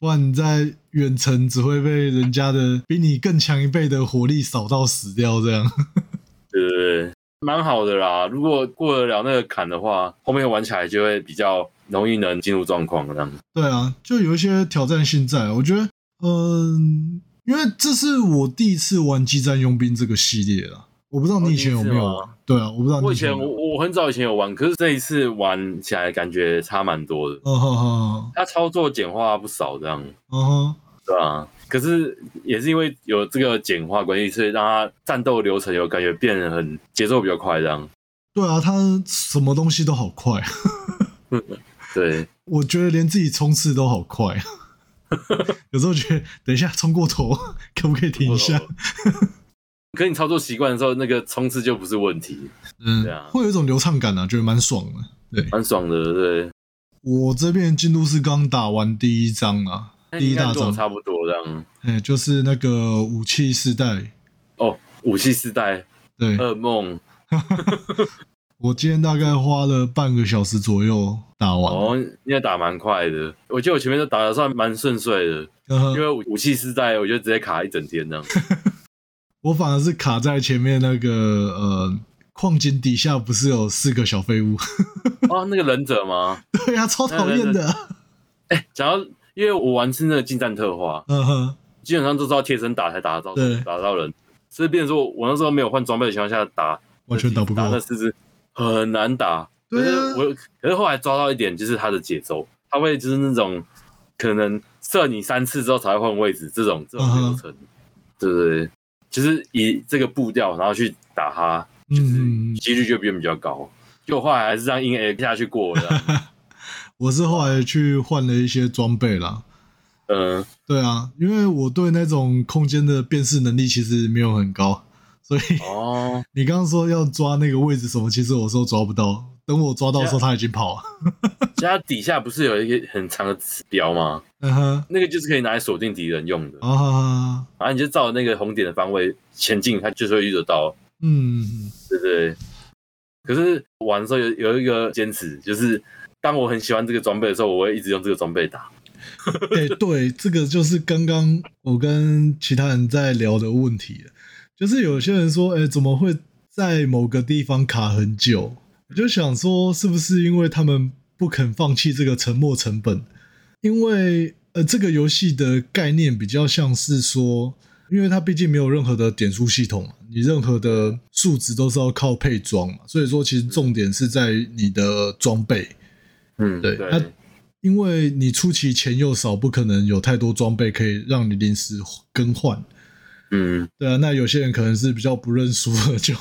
Speaker 1: 不然你在远程只会被人家的比你更强一倍的火力扫到死掉这样。 *laughs*
Speaker 2: 对对对，蛮好的啦。如果过得了那个坎的话，后面玩起来就会比较容易能进入状况这样。
Speaker 1: 对啊，就有一些挑战性在。我觉得，嗯、因为这是我第一次玩《激战佣兵》这个系列啦，我不知道你以前有没有
Speaker 2: 哦第一次
Speaker 1: 玩？对啊，我不知道你
Speaker 2: 我以
Speaker 1: 前有没
Speaker 2: 前我
Speaker 1: 有。
Speaker 2: 我很早以前有玩，可是这一次玩起来感觉差蛮多的。
Speaker 1: *laughs* 嗯哼哼
Speaker 2: 它操作简化不少这样。
Speaker 1: 嗯哼，
Speaker 2: 对啊，可是也是因为有这个简化关系，所以让它战斗流程有感觉变得很节奏比较快这样。
Speaker 1: 对啊，他什么东西都好快，
Speaker 2: 对，
Speaker 1: 我觉得连自己冲刺都好快。 *laughs* 有时候觉得等一下冲过头， *laughs* 可不可以停一下？
Speaker 2: 可你操作习惯的时候，那个冲刺就不是问题，
Speaker 1: 嗯
Speaker 2: 对啊，
Speaker 1: 会有一种流畅感啊，觉得蛮爽的。对
Speaker 2: 蛮爽的，对。
Speaker 1: 我这边进度是刚打完第一章啊，
Speaker 2: 那
Speaker 1: 第
Speaker 2: 你
Speaker 1: 一
Speaker 2: 应该
Speaker 1: 大
Speaker 2: 跟我
Speaker 1: 章，
Speaker 2: 差不多这样。
Speaker 1: 哎、就是那个武器世代。
Speaker 2: 哦，武器时代
Speaker 1: 对，
Speaker 2: 噩梦
Speaker 1: 我今天大概花了半个小时左右打完。
Speaker 2: 哦，应该打蛮快的。我记得我前面都打的算蛮顺遂的，
Speaker 1: 嗯哼
Speaker 2: 因为武武器时代，我就直接卡一整天这样。
Speaker 1: 我反而是卡在前面那个呃，矿井底下不是有四个小废物？
Speaker 2: *laughs*
Speaker 1: *laughs*
Speaker 2: 哦，那个忍者吗？
Speaker 1: 对呀、超讨厌的。
Speaker 2: 哎、讲到因为我玩是那个近战特化，
Speaker 1: 嗯哼，
Speaker 2: 基本上都是要贴身打才打得到
Speaker 1: 对
Speaker 2: 打得到人，所以变成说我那时候没有换装备的情况下打，
Speaker 1: 完全打不过
Speaker 2: 打那四只很难打。
Speaker 1: 对啊
Speaker 2: 可是我可是后来抓到一点，就是他的节奏，他会就是那种可能射你三次之后才会换位置，这种这种
Speaker 1: 嗯哼
Speaker 2: 流程，对对对，就是以这个步调然后去打他，
Speaker 1: 嗯，
Speaker 2: 几率就变比较高。就后来还是这样硬 A 下去
Speaker 1: *laughs*
Speaker 2: 过的，
Speaker 1: 我是后来去换了一些装备啦。
Speaker 2: 嗯，
Speaker 1: 对啊，因为我对那种空间的辨识能力其实没有很高， *laughs* 所以
Speaker 2: 哦，
Speaker 1: 你刚刚说要抓那个位置什么，其实我都抓不到。等我抓到的时候，他已经跑了。
Speaker 2: 加底下不是有一个很长的指标吗？
Speaker 1: 嗯哼，
Speaker 2: 那个就是可以拿来锁定敌人用的，
Speaker 1: 啊，
Speaker 2: 然后你就照那个红点的方位前进，它就是会遇得到，
Speaker 1: 嗯，
Speaker 2: 对不对？可是玩的时候有有一个坚持，就是当我很喜欢这个装备的时候，我会一直用这个装备打。
Speaker 1: 对哎对，这个就是刚刚我跟其他人在聊的问题，就是有些人说，哎，怎么会在某个地方卡很久？我就想说，是不是因为他们不肯放弃这个沉没成本？因为呃，这个游戏的概念比较像是说，因为它毕竟没有任何的点数系统嘛，你任何的数值都是要靠配装嘛，所以说其实重点是在你的装备。
Speaker 2: 嗯，
Speaker 1: 对
Speaker 2: 对
Speaker 1: 它因为你初期钱又少，不可能有太多装备可以让你临时更换。
Speaker 2: 嗯，
Speaker 1: 对啊，那有些人可能是比较不认输的，就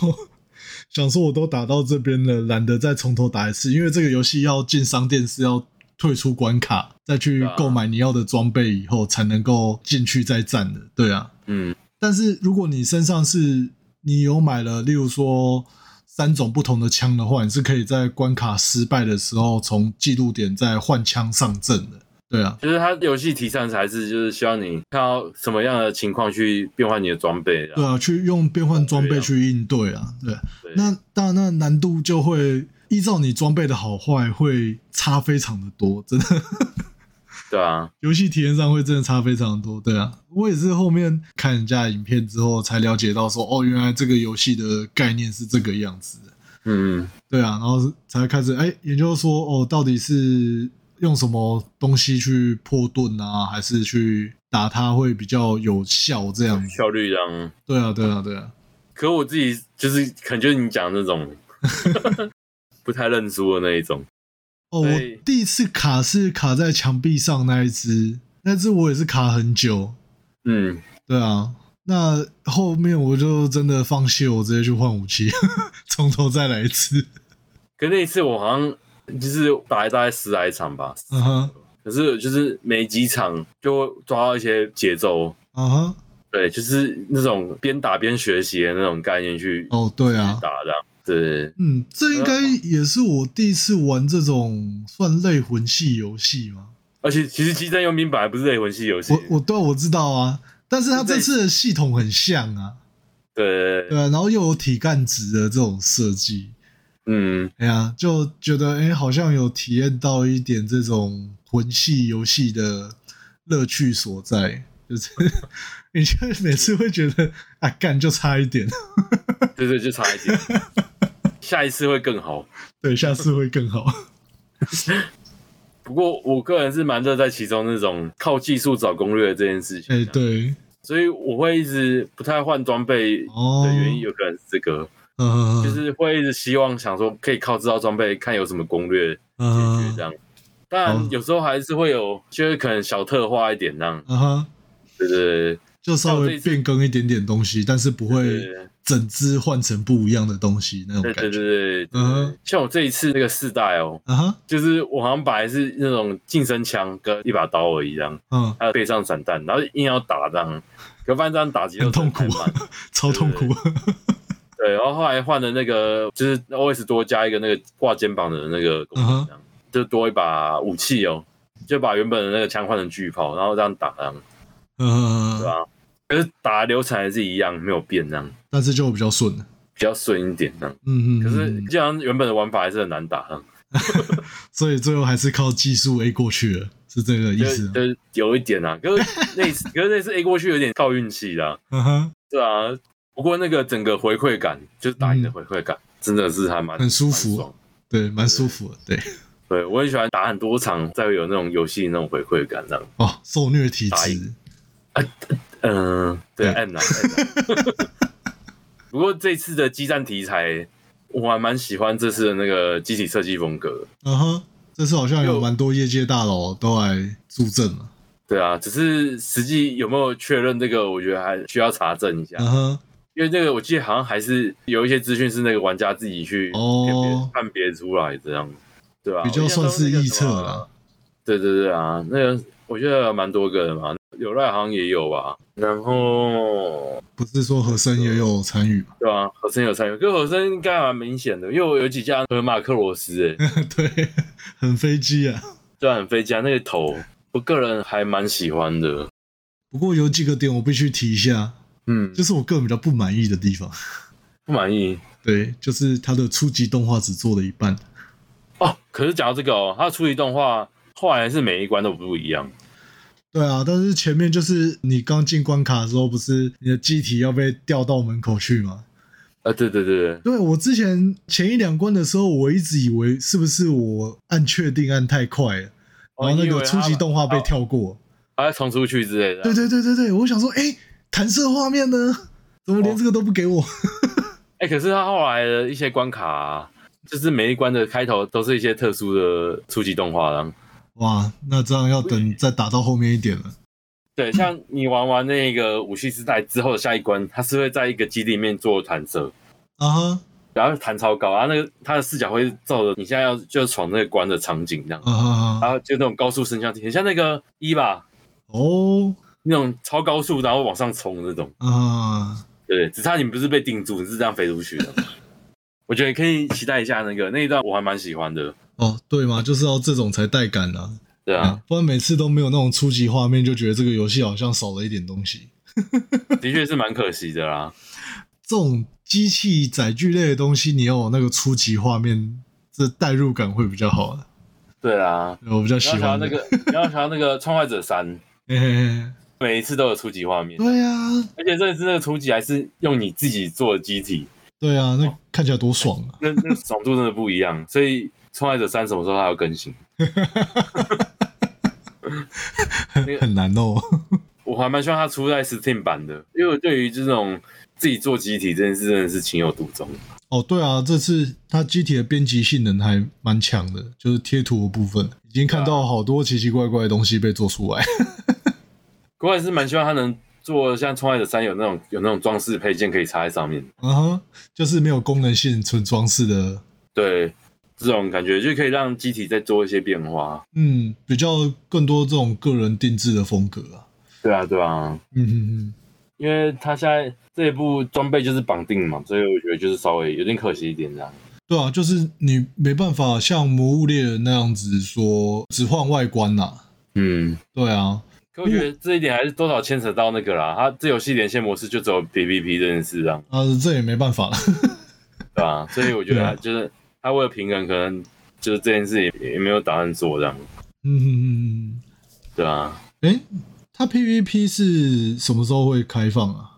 Speaker 1: *laughs* 想说我都打到这边了，懒得再从头打一次，因为这个游戏要进商店是要退出关卡，再去
Speaker 2: 对啊
Speaker 1: 购买你要的装备以后才能够进去再战的。对啊，
Speaker 2: 嗯，
Speaker 1: 但是如果你身上是你有买了，例如说三种不同的枪的话，你是可以在关卡失败的时候从记录点再换枪上阵的。对啊，
Speaker 2: 就是它游戏提倡还是就是希望你看到什么样的情况去变换你的装备啊。
Speaker 1: 对啊，去用变换装备
Speaker 2: 对啊
Speaker 1: 去应对啊。对啊，
Speaker 2: 对
Speaker 1: 那当然，那难度就会依照你装备的好坏会差非常的多， *laughs* 真的。
Speaker 2: 对啊，
Speaker 1: 游戏体验上会真的差非常多，对啊，我也是后面看人家的影片之后才了解到说，哦，原来这个游戏的概念是这个样子的。
Speaker 2: 嗯，
Speaker 1: 对啊，然后才开始哎研究说哦，到底是用什么东西去破盾啊，还是去打它会比较有效这样子？
Speaker 2: 效率啊。
Speaker 1: 对啊，对啊，对啊，
Speaker 2: 可我自己就是可能就是你讲的
Speaker 1: *laughs*
Speaker 2: 那种不太认输的那一种。
Speaker 1: 哦，
Speaker 2: 所
Speaker 1: 我
Speaker 2: 以
Speaker 1: 第一次卡是卡在墙壁上那一只，那只我也是卡很久。
Speaker 2: 嗯，
Speaker 1: 对啊，那后面我就真的放弃了，我直接去换武器， *laughs* 从头再来一次。
Speaker 2: 可那一次我好像就是打了大概十来场吧，
Speaker 1: 嗯哼，
Speaker 2: 可是就是每几场就会抓到一些节奏，
Speaker 1: 嗯哼，
Speaker 2: 对，就是那种边打边学习的那种概念去
Speaker 1: 哦，对啊，
Speaker 2: 打这样，对，
Speaker 1: 嗯，这应该
Speaker 2: 啊
Speaker 1: 也是我第一次玩这种算类魂系游戏吗？
Speaker 2: 而且其实激战佣兵本来不是类魂系游戏
Speaker 1: 我，我对啊、我知道啊，但是它
Speaker 2: 是类
Speaker 1: 这次的系统很像啊，
Speaker 2: 对，
Speaker 1: 对啊，然后又有体干值的这种设计，
Speaker 2: 嗯，
Speaker 1: 哎呀，就觉得哎、好像有体验到一点这种魂系游戏的乐趣所在，就是 *laughs* 你就每次会觉得啊，干就差一点， *laughs*
Speaker 2: 对对，就差一点，下一次会更好。
Speaker 1: 对，下次会更
Speaker 2: *laughs*
Speaker 1: 好。
Speaker 2: 不过我个人是蛮乐在其中那种靠技术找攻略的这件事情，啊
Speaker 1: 哎、，对，
Speaker 2: 所以我会一直不太换装备
Speaker 1: 哦
Speaker 2: 的原因，有可能是这个，
Speaker 1: 嗯、
Speaker 2: 就是会一直希望想说可以靠这套装备看有什么攻略解决
Speaker 1: 嗯哦
Speaker 2: 这样。当然，有时候还是会有，就是可能小特化一点那样，
Speaker 1: 嗯哼。
Speaker 2: 对对对
Speaker 1: 就稍微变更一点点东西，但是不会
Speaker 2: 对
Speaker 1: 整只换成不一样的东西那种
Speaker 2: 对对
Speaker 1: 感觉。
Speaker 2: 对对。
Speaker 1: 嗯哼，
Speaker 2: 像我这一次那个四代哦，
Speaker 1: 啊哈，
Speaker 2: 就是我好像本来是那种近身枪跟一把刀而已这样，
Speaker 1: 嗯，
Speaker 2: 还有背上散弹，然后硬要打这样，可发现这样打击
Speaker 1: 很
Speaker 2: 都
Speaker 1: 痛苦
Speaker 2: 真的太慢
Speaker 1: 超痛苦。
Speaker 2: 对，然后后来换了那个，就是 OS 多加一个那个挂肩膀的那个
Speaker 1: 嗯
Speaker 2: 功能，这样、就多一把武器哦，就把原本的那个枪换成巨炮，然后这样打这样，
Speaker 1: *laughs* 嗯，
Speaker 2: 对啊吧、可是打的流程还是一样，没有变这样。
Speaker 1: 但是就比较顺了。
Speaker 2: 比较顺一点这样。
Speaker 1: 嗯嗯，
Speaker 2: 可是
Speaker 1: 嗯
Speaker 2: 基本上原本的玩法还是很难打这样，
Speaker 1: 所以最后还是靠技术 A 过去了，是这个意
Speaker 2: 就是
Speaker 1: 思。
Speaker 2: 就是有一点啊。可是那一次，可是那次 A 过去有点靠运气啦，
Speaker 1: 嗯哼，
Speaker 2: 对啊。不过那个整个回馈感，就是打赢的回馈感，真的是还蛮
Speaker 1: 嗯很舒服
Speaker 2: 蛮爽
Speaker 1: 对，蛮舒服的，对，
Speaker 2: 对我很喜欢打很多场，再有那种游戏那种回馈感，这样。
Speaker 1: 哦，受虐体
Speaker 2: 打
Speaker 1: 质
Speaker 2: 赢，嗯，对
Speaker 1: 对
Speaker 2: ，M 男。M 男 *laughs* 不过这次的激战题材，我还蛮喜欢这次的那个机体设计风格。
Speaker 1: 嗯哼，这次好像有
Speaker 2: 就
Speaker 1: 蛮多业界大佬都来助阵了，
Speaker 2: 对啊，只是实际有没有确认这个，我觉得还需要查证一下，
Speaker 1: 嗯哼，
Speaker 2: 因为这个我记得好像还是有一些资讯是那个玩家自己去辨别、
Speaker 1: 哦
Speaker 2: 判别出来这样，对啊，
Speaker 1: 比较算是
Speaker 2: 我印
Speaker 1: 臆
Speaker 2: 象
Speaker 1: 测
Speaker 2: 中那个什么
Speaker 1: 啦。
Speaker 2: 对对对啊，那个我觉得蛮多个的嘛，有赖好像也有吧，然后
Speaker 1: 不是说和声也有参与吧？
Speaker 2: 对啊，和声有参与，可是和声应该蛮明显的，因为我有几家和马克罗斯、欸，哎，
Speaker 1: *laughs* 对，很飞机啊。
Speaker 2: 虽然很飞家那个头，我个人还蛮喜欢的。
Speaker 1: 不过有几个点我必须提一下，
Speaker 2: 嗯，
Speaker 1: 就是我个人比较不满意的地方。
Speaker 2: 不满意
Speaker 1: 对，就是它的初级动画只做了一半。
Speaker 2: 哦。可是讲到这个哦，他处理动画后来是每一关都不一样。
Speaker 1: 对啊，但是前面就是你刚进关卡的时候，不是你的机体要被吊到门口去吗？
Speaker 2: 啊，对对对对，
Speaker 1: 对我之前前一两关的时候，我一直以为是不是我按确定按太快了，
Speaker 2: 哦
Speaker 1: 然后那
Speaker 2: 你以
Speaker 1: 个
Speaker 2: 为
Speaker 1: 初级动画被
Speaker 2: 他哦
Speaker 1: 跳过。
Speaker 2: 他要冲出去之类的。啊
Speaker 1: 对对对对对，我想说，哎，弹射画面呢？ *laughs* 怎么连这个都不给我？ *laughs*
Speaker 2: 哎、可是他后来的一些关卡啊、就是每一关的开头都是一些特殊的初级动画啦。
Speaker 1: 哇，那这样要等再打到后面一点了。
Speaker 2: 对，像你玩完那个武器时代之后的下一关，它是会在一个基地里面做弹射。
Speaker 1: 啊哈，
Speaker 2: 然后弹超高，然后那个他的视角会照着你现在要就闯那个关的场景这样，
Speaker 1: 啊哈
Speaker 2: 然
Speaker 1: 哈，
Speaker 2: 后就那种高速升降体，很像那个一吧，
Speaker 1: 哦，
Speaker 2: 那种超高速然后往上冲的那种，
Speaker 1: 啊，
Speaker 2: 对，只差你不是被定住，你是这样飞出去的。我觉得可以期待一下那个那一段，我还蛮喜欢的。
Speaker 1: 哦，对嘛，就是要这种才带感啊，
Speaker 2: 对啊，
Speaker 1: 不然每次都没有那种初级画面，就觉得这个游戏好像少了一点东西。
Speaker 2: 的确是蛮可惜的啦。
Speaker 1: 这种机器载具类的东西，你要有那个初级画面，这代入感会比较好啊。
Speaker 2: 对啊，
Speaker 1: 我比较
Speaker 2: 你
Speaker 1: 喜
Speaker 2: 要想到
Speaker 1: 欢
Speaker 2: 那，个，你要想到那个《创坏者三》，
Speaker 1: 嘿嘿嘿
Speaker 2: 每一次都有初级画面，
Speaker 1: 对啊，
Speaker 2: 而且这次那个初级还是用你自己做的机体，
Speaker 1: 对啊，那看起来多爽啊！
Speaker 2: 那那爽度真的不一样，所以《创爱者三》什么时候它要更新？个
Speaker 1: 很难哦。 *laughs*
Speaker 2: 我还蛮希望它出在 Steam 版的，因为我对于这种自己做集体这件事真的是情有独钟。
Speaker 1: 哦，对啊，这次它机体的编辑性能还蛮强的，就是贴图的部分，已经看到好多奇奇怪怪的东西被做出来。 *laughs*
Speaker 2: 我也是蛮希望它能做像《创爱者三》有那种有那种装饰配件可以插在上面，
Speaker 1: 嗯哼，就是没有功能性纯装饰的，
Speaker 2: 对，这种感觉就可以让机体再做一些变化。
Speaker 1: 嗯，比较更多这种个人定制的风格啊。
Speaker 2: 对啊，对啊，
Speaker 1: 嗯嗯
Speaker 2: 因为它现在这一部装备就是绑定嘛，所以我觉得就是稍微有点可惜一点这样。
Speaker 1: 嗯，对啊，就是你没办法像《魔物猎人》那样子说只换外观呐、
Speaker 2: 嗯，
Speaker 1: 对啊，
Speaker 2: 可我觉得这一点还是多少牵扯到那个啦，它这游戏连线模式就只有 PVP 这件事啊，
Speaker 1: 啊，这也没办法了。 *laughs*
Speaker 2: 对吧、所以我觉得它
Speaker 1: 对啊
Speaker 2: 就是它为了平衡，可能就是这件事也也没有打算做这样，
Speaker 1: 嗯哼嗯
Speaker 2: 对啊。
Speaker 1: 嗯嗯，诶，它 PVP 是什么时候会开放啊？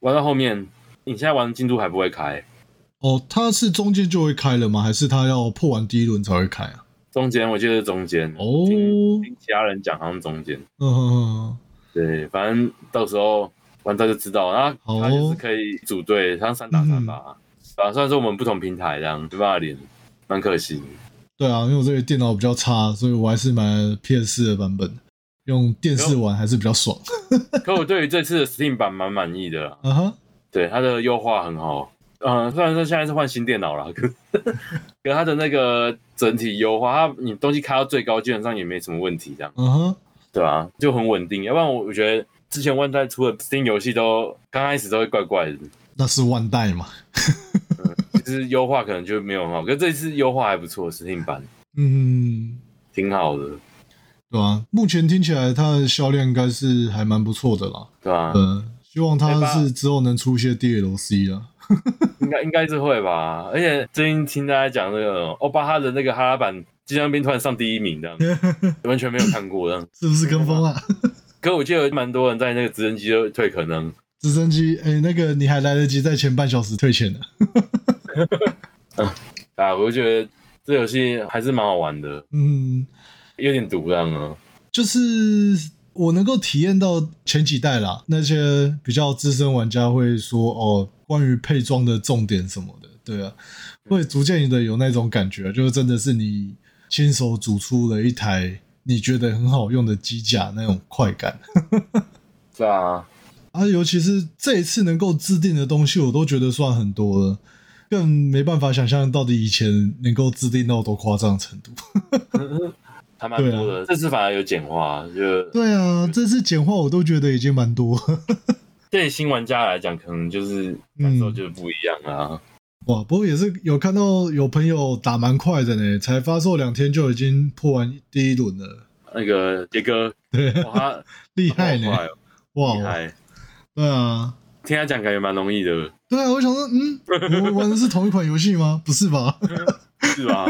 Speaker 2: 玩到后面，你现在玩进度还不会开，
Speaker 1: 哦，它是中间就会开了吗？还是它要破完第一轮才会开啊？
Speaker 2: 中间我记得是中间
Speaker 1: 哦
Speaker 2: 听听其他人讲好像中间，
Speaker 1: 嗯哼哼，
Speaker 2: 对，反正到时候玩到就知道，然
Speaker 1: 好
Speaker 2: 后
Speaker 1: 哦嗯
Speaker 2: 它就是可以组队，它三打三吧，啊，虽然说我们不同平台这样，没办法连，蛮可惜。
Speaker 1: 对啊，因为我这个电脑比较差，所以我还是买了 PS 4的版本，用电视玩还是比较爽。
Speaker 2: 可我对于这次的 Steam 版蛮满意的啦。
Speaker 1: 啊哈，
Speaker 2: 对，它的优化很好。嗯，虽然说现在是换新电脑了，可可它的那个整体优化，它你东西开到最高，基本上也没什么问题，这样
Speaker 1: 嗯哼，
Speaker 2: 对啊，就很稳定。要不然我我觉得之前万代出的 Steam 游戏都刚开始都会怪怪的，
Speaker 1: 那是万代嘛。
Speaker 2: 就是优化可能就没有很好。可是这次优化还不错，Steam 版
Speaker 1: 嗯，
Speaker 2: 挺好的，
Speaker 1: 对啊，目前听起来它的销量应该是还蛮不错的啦。
Speaker 2: 对吧、
Speaker 1: 呃，希望
Speaker 2: 对
Speaker 1: 它
Speaker 2: 吧
Speaker 1: 是之后能出一些 DLC 啦。
Speaker 2: 应该应该是会吧。而且最近听大家讲那个欧巴哈的那个哈拉版机枪兵突然上第一名，这样完全没有看过这样。
Speaker 1: 是不是跟风啊？ *laughs*
Speaker 2: 可我记得蛮多人在那个直升机就退坑呢，
Speaker 1: 直升机，哎、那个你还来得及在前半小时退钱呢、
Speaker 2: 啊，我就觉得这游戏还是蛮好玩的，
Speaker 1: 嗯，
Speaker 2: 有点独让啊。
Speaker 1: 就是我能够体验到前几代啦，那些比较资深玩家会说哦，关于配装的重点什么的，对啊，会逐渐的有那种感觉，啊就是真的是你亲手组出了一台你觉得很好用的机甲那种快感。
Speaker 2: 是啊，
Speaker 1: 啊，尤其是这一次能够制定的东西，我都觉得算很多了，更没办法想象到底以前能够制定到多夸张的程度。
Speaker 2: 还蛮多
Speaker 1: 啊
Speaker 2: 的。这次反而有简化，就
Speaker 1: 对啊，这次简化我都觉得已经蛮多了
Speaker 2: 对新玩家来讲，可能就是感受就是不一样啊。
Speaker 1: *laughs* 哇。不过也是有看到有朋友打蛮快的呢，才发售两天就已经破完第一轮了， *laughs*
Speaker 2: 那个杰哥，
Speaker 1: 对， *laughs*
Speaker 2: 哇，他
Speaker 1: 厉害
Speaker 2: 好
Speaker 1: 呢，
Speaker 2: 快哦
Speaker 1: 哇
Speaker 2: 厉，害！
Speaker 1: 对啊，
Speaker 2: 听他讲感觉蛮容易的，
Speaker 1: 对啊，我想说，嗯，我们玩的是同一款游戏吗？ *laughs* 不是吧？*laughs*
Speaker 2: 是吧？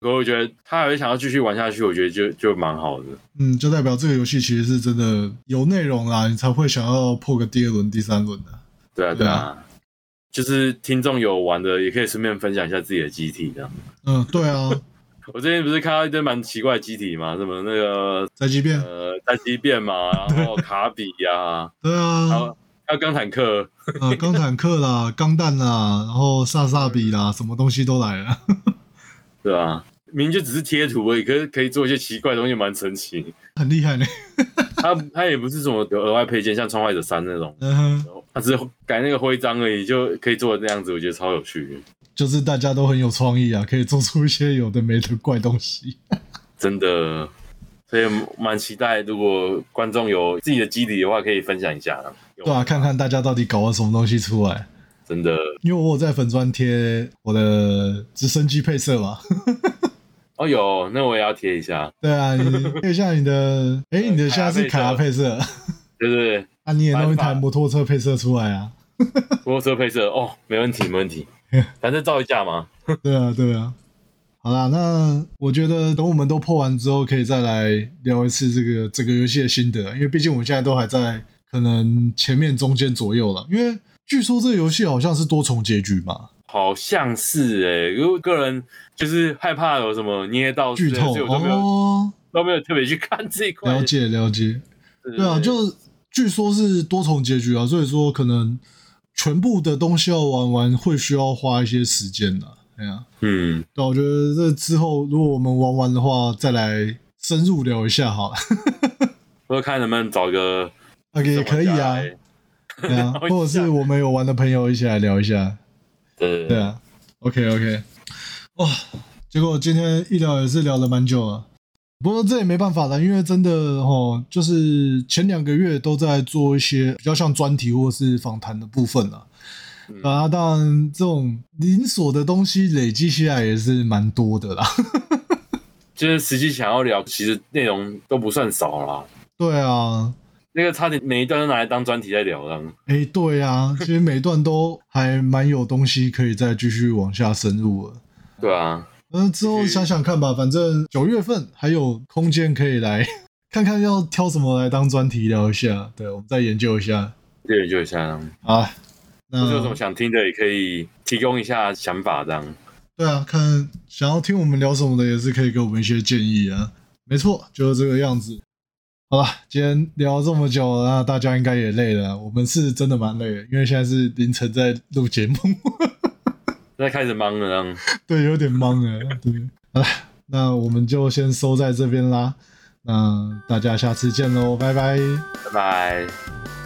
Speaker 2: 可我觉得他还会想要继续玩下去，我觉得就就蛮好的。
Speaker 1: 嗯，就代表这个游戏其实是真的有内容啦，你才会想要破个第二轮、第三轮的。
Speaker 2: 对啊，
Speaker 1: 对
Speaker 2: 对
Speaker 1: 啊
Speaker 2: 啊，就是听众有玩的，也可以顺便分享一下自己的机体这样。
Speaker 1: 嗯，对啊，
Speaker 2: 我最近不是看到一堆蛮奇怪的机体嘛，什么那个
Speaker 1: 宅急便，
Speaker 2: 呃单机变嘛，然后卡比呀、
Speaker 1: 对
Speaker 2: 还
Speaker 1: 啊，
Speaker 2: 有还有钢坦克，
Speaker 1: 呃，钢坦克 *laughs* 啦，钢弹啦，然后萨萨比啦，什么东西都来了。 *laughs*
Speaker 2: 对啊，明明就只是贴图而已，可是可以做一些奇怪的东西，蛮神奇。
Speaker 1: 很厉害呢，
Speaker 2: 它它也不是什么有额外配件，像《创坏者三》那种，
Speaker 1: 嗯哼，
Speaker 2: 它只是改那个徽章而已，就可以做的那样子，我觉得超有趣的，
Speaker 1: 就是大家都很有创意啊，可以做出一些有的没的怪东西。
Speaker 2: 真的。所以蛮期待，如果观众有自己的基底的话，可以分享一下。有
Speaker 1: 对啊，看看大家到底搞了什么东西出来。
Speaker 2: 真的
Speaker 1: 因为我有在粉砖贴我的直升机配色嘛， *laughs*
Speaker 2: 哦，有那我也要贴一下，
Speaker 1: 对啊，你配下你的，哎、你的现在是卡
Speaker 2: 卡
Speaker 1: 拉
Speaker 2: 拉
Speaker 1: 配色，
Speaker 2: 对对
Speaker 1: 啊，你也弄一台
Speaker 2: 反法
Speaker 1: 摩托车配色出来啊，
Speaker 2: 对，摩托车配色哦，没问题没问
Speaker 1: *laughs*
Speaker 2: 题，反正照一下嘛。
Speaker 1: 对啊，对啊。好啦，那我觉得等我们都破完之后，可以再来聊一次这个整个游戏的心得，啊因为毕竟我们现在都还在可能前面、中间左右了。因为据说这个游戏好像是多重结局嘛，
Speaker 2: 好像是哎、因为我个人就是害怕有什么捏到之
Speaker 1: 剧
Speaker 2: 类的
Speaker 1: 透
Speaker 2: 所以我都没有、
Speaker 1: 哦，
Speaker 2: 都没有特别去看这一块。
Speaker 1: 了解了解，
Speaker 2: 对
Speaker 1: 对啊，就据说是多重结局啊，所以说可能全部的东西要玩完会需要花一些时间的，哎呀、
Speaker 2: 嗯，
Speaker 1: 对，我觉得这之后如果我们玩完的话，再来深入聊一下好了。
Speaker 2: 我看能不能找个
Speaker 1: OK，也可以啊，
Speaker 2: 什么家来哎 *laughs*
Speaker 1: 对啊，
Speaker 2: 聊
Speaker 1: 或
Speaker 2: 一下
Speaker 1: 者是我们有玩的朋友一起来聊一下，
Speaker 2: 对
Speaker 1: 对啊，OK OK，哇，结果今天一聊也是聊了蛮久了，不过这也没办法了，因为真的哦，就是前两个月都在做一些比较像专题或是访谈的部分了。
Speaker 2: 嗯
Speaker 1: 啊，当然，这种零锁的东西累积下来也是蛮多的啦。 *laughs*
Speaker 2: 就是实际想要聊，其实内容都不算少啦。
Speaker 1: 对啊，
Speaker 2: 那个差点每一段都拿来当专题在聊这样。
Speaker 1: 哎，对啊，其实每段都还蛮有东西可以再继续往下深入了。
Speaker 2: 对啊，
Speaker 1: 嗯，之后想想看吧，反正九月份还有空间可以来 *laughs* 看看要挑什么来当专题聊一下。对，我们再研究一下
Speaker 2: 这研究一下这样。
Speaker 1: 啊。
Speaker 2: 或者有什
Speaker 1: 那
Speaker 2: 么想听的，也可以提供一下想法这样。
Speaker 1: 对啊，看想要听我们聊什么的，也是可以给我们一些建议啊。没错，就是这个样子。好了，今天聊这么久了，那大家应该也累了。啊我们是真的蛮累的，因为现在是凌晨在录节目， *laughs*
Speaker 2: 现在开始忙了这样。
Speaker 1: 对，有点忙了。对，好了，那我们就先收在这边啦。那大家下次见喽，拜拜。
Speaker 2: 拜拜。